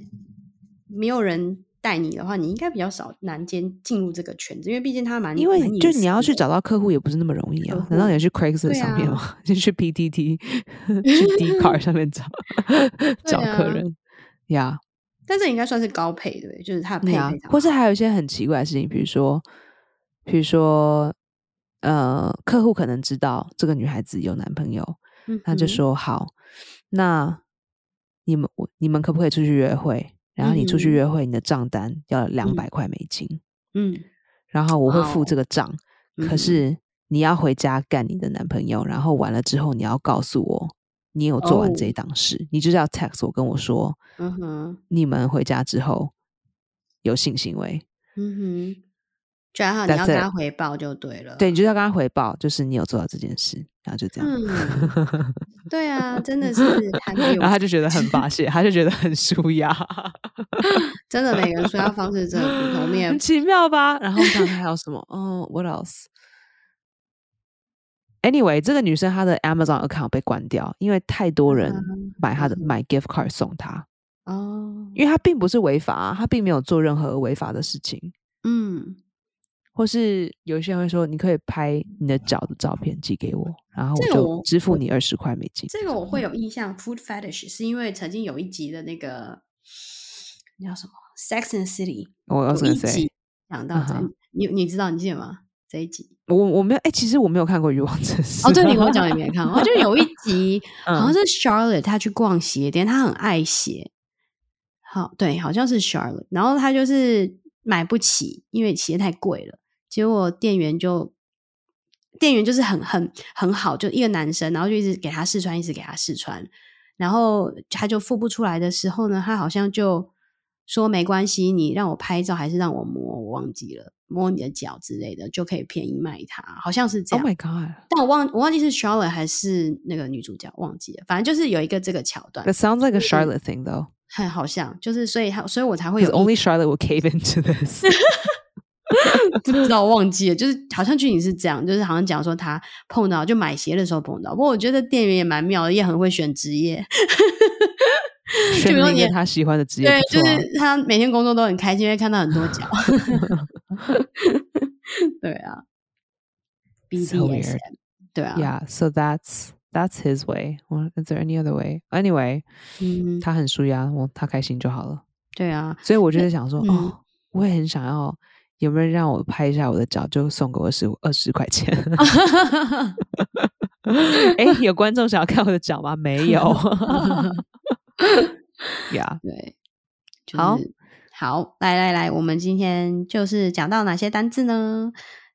C: 没有人带你的话，你应该比较少难进进入这个圈子，因为毕竟它蛮
A: 因为
C: 蛮
A: 就
C: 隐
A: 你要
C: 私
A: 去
C: 的
A: 找到客户也不是那么容易
C: 客
A: 啊，
C: 户
A: 难道你要去 Craigslist
C: 对
A: 上面
C: 啊
A: 吗？ *laughs* 就去 PTT、去 Dcard 上
C: *laughs*
A: 面找找客
C: 啊
A: 人呀
C: 但这应该算是高配，对不对？就是它的配
A: 呀
C: 非，常
A: 啊或是
C: 好
A: 还有一些很奇怪的事情，比如说，比如说，呃，客户可能知道这个女孩子有男朋友，
C: 嗯
A: 他就
C: 哼
A: 说好，那你们我你们可不可以出去约会？然后你出去
C: 嗯
A: 约会，你的账单要两
C: 嗯
A: 百块美金，
C: 嗯，
A: 然后我会付
C: 哇哦
A: 这个账。
C: 嗯
A: 可
C: 哼
A: 是你要回家干你的男朋友，然后完了之后你要告诉我你有做完这一
C: 哦
A: 档事，你就是要 text 我跟我说
C: 嗯哼，
A: 你们回家之后有性行为，
C: 嗯哼，然后你
A: That's
C: 要跟他
A: it
C: 回报就对了。
A: 对，你就是要跟他回报，就是你有做到这件事，然后就这样。
C: 嗯，哎对啊，真的是还蛮有
A: 然后他就觉得很发泄，他就觉得很舒压，
C: 真的每个人说话方式真的不同，我
A: *laughs*
C: 们也
A: 啊很奇妙吧？然后我想还有什么？哦、w h a t else？Anyway，这个女生她的 Amazon account 被关掉，因为太多
C: 啊
A: 人买
C: 嗯
A: 她的、买 gift card 送她，
C: 哦，
A: 因为她并不是违法、啊，她并没有做任何违法的事情，
C: 嗯，
A: 或是有些人会说你可以拍你的脚的照片寄给我，然后我
C: 这个
A: 就
C: 我
A: 支付你二十块美金。
C: 这个我会有印象，food fetish 是因为曾经有一集的那个那叫什么《Sex and City
A: 我要》，
C: 有
A: 是
C: 一集
A: 谁？
C: 讲到这
A: 嗯哼，
C: 你你知道你记得吗？这一集
A: 我我没有哎、其实我没有看过《欲望城 *laughs* 市》
C: 哦，对，你跟我讲你没看过，就有一集
A: 嗯
C: 好像是 Charlotte，她去逛鞋店，她很爱鞋。好，对，好像是 Charlotte，然后她就是买不起，因为鞋太贵了。结果店员就，店员就是很很很好，就一个男生，然后就一直给她试穿，一直给她试穿。然后她就付不出来的时候呢，她好像就说没关系，你让我拍照还是让我摸，我忘记了摸你的脚之类的，就可以便宜卖她，好像是这
A: Oh
C: 样。
A: my god，that
C: 但我忘我忘记是 Charlotte 还是那个女主角，忘记了。反正就是有一个这个桥段，
A: sounds like a
C: 嗯
A: Charlotte thing though。
C: 很好像就是，所以他，所以我才会有
A: Because
C: 一
A: only Charlotte will cave into this.
C: 不知道忘记了，就是好像剧情是这样，就是好像讲说他碰到就买鞋的时候碰到。不过我觉得店员也蛮妙的，也很会选职业，
A: 选
C: 比如
A: 了
C: 说
A: 一
C: 你
A: 个他喜欢的职业
C: 对，
A: 不
C: 就
A: 错啊，
C: 是他每天工作都很开心，会看到很多
A: *laughs*
C: 脚。对啊
A: So
C: ，BDSM，对啊
A: yeah. So that's that's his way. Well, is there any other way? Anyway，、
C: 嗯，
A: 他很舒压，我他开心就好了。
C: 对
A: *laughs*
C: 啊，
A: 所以我就在想说，
C: 嗯
A: 哦，我也很想要，有没有人让我拍一下我的脚，就送给我十五二十块钱？ *laughs* 哎、有观众想要看我的脚吗？没有。yeah，
C: 对，就
A: 好
C: 是好，来来来，我们今天就是讲到哪些单字呢？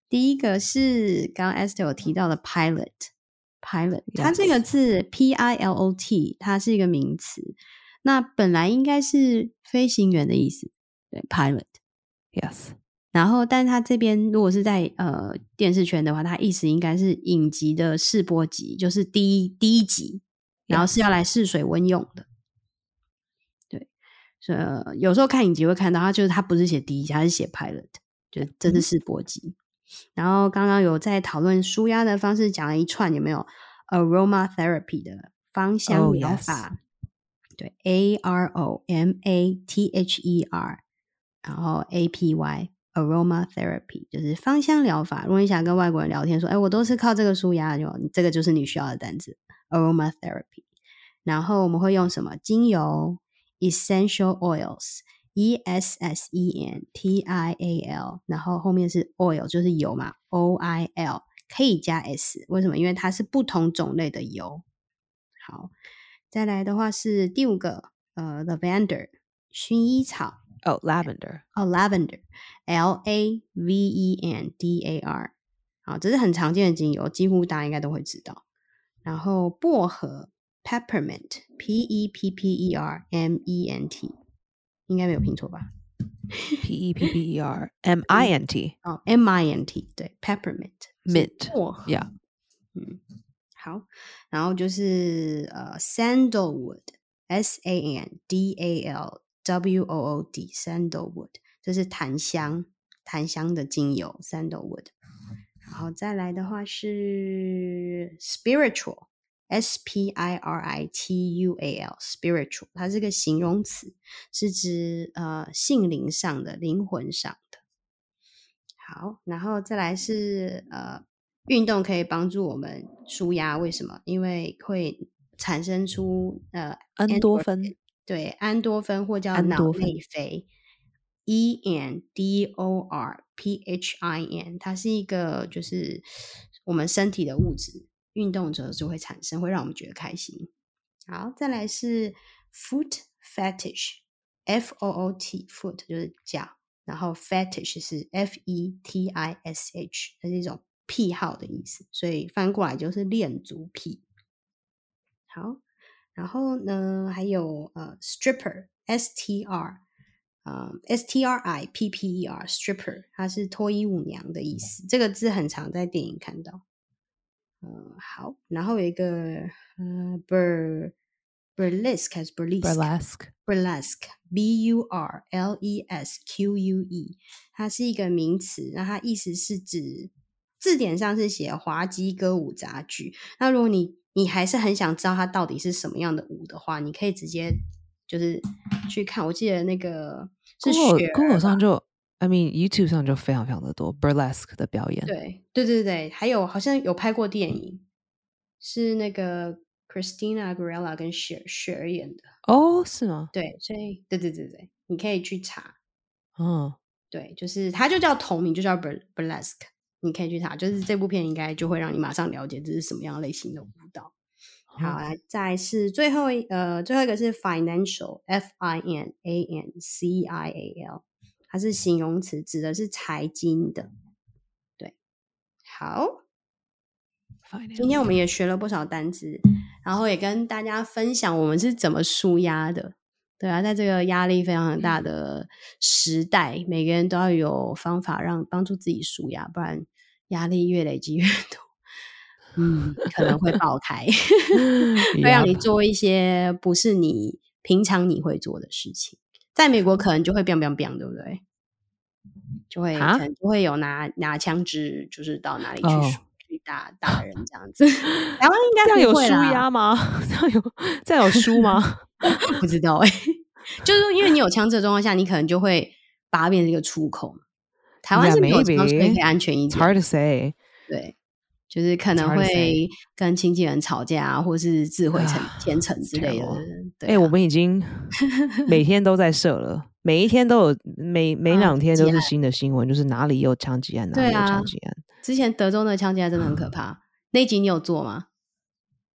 C: 第一个是刚刚 Esther 有提到的 pilot，pilot，它这个
A: Yes
C: 字 P I L O T，它是一个名词，那本来应该是飞行员的意思，对，pilot。
A: yes，
C: 然后，但它这边如果是在呃电视圈的话，它意思应该是影集的试播集，就是第一第一集，然后是要来试水温用的。对，所以呃有时候看影集会看到，它就是它不是写第一集，它是写 pilot，就这是试播集。然后刚刚有在讨论舒压的方式，讲了一串有没有 aroma therapy 的芳香
A: Oh,
C: 疗
A: yes.
C: 法对，A R O M A T H E R，然后 A P Y aroma therapy 就是芳香疗法。如果你想跟外国人聊天，说，哎，我都是靠这个舒压，就这个就是你需要的单词 aroma therapy。然后我们会用什么精油 essential oils。E S S E N T I A L，然后后面是 oil，就是油嘛，O I L 可以加 s，为什么？因为它是不同种类的油。好，再来的话是第五个，呃，lavender 薰衣草
A: 哦、l a v e n d e r
C: 哦，lavender，L A V E N D A R，好，这是很常见的精油，几乎大家应该都会知道。然后薄荷，peppermint，P E P P E R M E N T，应该没有拼错吧？
A: p e p p e r m i n t
C: 哦，M I N T，对，peppermint 是
A: mint
C: 薄荷
A: yeah
C: 嗯，好，然后就是呃，sandalwood，s a n d a l w o o d，sandalwood，这是檀香，檀香的精油，sandalwood。然后再来的话是 spiritual，s p i r i t u a l，spiritual，它是个形容词，是指呃性灵上的、灵魂上的。好，然后再来是呃，运动可以帮助我们舒压，为什么？因为会产生出呃
A: 安多芬，
C: 对安多芬或叫
A: 安
C: 脑
A: 多芬
C: 内啡，E N D O R P H I N，它是一个就是我们身体的物质，运动者就会产生，会让我们觉得开心。好，再来是 foot fetish，F O O T foot 就是脚，然后 fetish 是 F E T I S H，它是一种癖好的意思，所以翻过来就是恋足癖。好，然后呢，还有呃，stripper，S T R，呃，S T R I P P E R，stripper，它是脱衣舞娘的意思。这个字很常在电影看到。嗯，好，然后有一个呃，bur burlesque 还是 burlesque
A: burlesque
C: burlesque b u r l e s q u e，它是一个名词，那它意思是指字典上是写滑稽歌舞杂剧。那如果你你还是很想知道它到底是什么样的舞的话，你可以直接就是去看。我记得那个是
A: Google
C: 雪
A: Google
C: 儿
A: 上
C: 吧
A: 就，I mean YouTube 上就非常非常的多 burlesque 的表演，
C: 对对对对，还有好像有拍过电影，是那个 Christina Aguilera 跟雪雪儿演的。
A: 哦，是吗？
C: 对，所以对对对对，你可以去查。
A: 嗯，
C: 对，就是它就叫同名，就叫 bur- burlesque，你可以去查，就是这部片应该就会让你马上了解这是什么样类型的舞蹈。好，
A: 好
C: 来再来是最后一呃最后一个是 financial，f i n a n c i a l，它是形容词，指的是财经的。对，好，今天我们也学了不少单词，然后也跟大家分享我们是怎么舒压的。对啊，在这个压力非常大的时代，每个人都要有方法让帮助自己舒压，不然压力越累积越多， *laughs* 嗯，可能会爆开， *laughs* 会让啊你做一些不是你平常你会做的事情。在美国可能就会 biang biang biang，对不对？就会
A: 啊
C: 可能就会有拿拿枪支，就是到哪里去、
A: 哦
C: 去打打人这样子。台湾应该
A: 这样
C: 不
A: 有
C: 会
A: 输
C: 啦
A: 压吗？ *laughs* 这样有这样有输
C: *laughs*
A: 吗？
C: 不知道哎、 *laughs* 就是说因为你有枪支的状况下，你可能就会把它变成一个出口。台湾
A: Yeah,
C: 是没有枪，所以
A: maybe.
C: 可以安全一
A: It's
C: 点。
A: hard to say。
C: 对，就是可能
A: hard to
C: 会
A: say.
C: 跟亲戚人吵架啊，或是自毁成
A: 啊
C: 前程之类的
A: terrible.。
C: 对、啊，
A: 哎，我们已经
C: *laughs*
A: 每天都在射了，每一天都有，每每
C: 啊
A: 两天
C: 击
A: 都是
C: 案
A: 新的新闻，就是哪里有枪击案，哪
C: 对
A: 里有
C: 啊
A: 枪击案。
C: 之前德州的枪击案真的很
A: 嗯
C: 可怕。那一集你有做吗？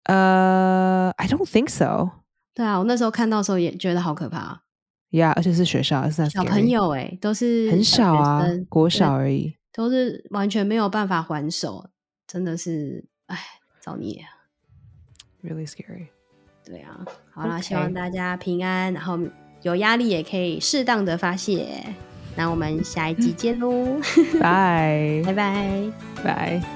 A: 呃，I don't think so。
C: 对啊，我那时候看到的时候也觉得好可怕。啊
A: Yeah，而且是学校，是
C: 小朋友哎、都是
A: 很
C: 小
A: 小
C: 学
A: 啊
C: 生，
A: 国
C: 对
A: 小而已。
C: 都是完全没有办法还手，真的是哎，造孽啊！
A: Really scary。
C: 对啊，好啦
A: OK
C: 希望大家平安，然后有压力也可以适当的发
A: 嗯
C: 泄。那我们下一集见喽，
A: 拜
C: *laughs* 拜拜。
A: 拜。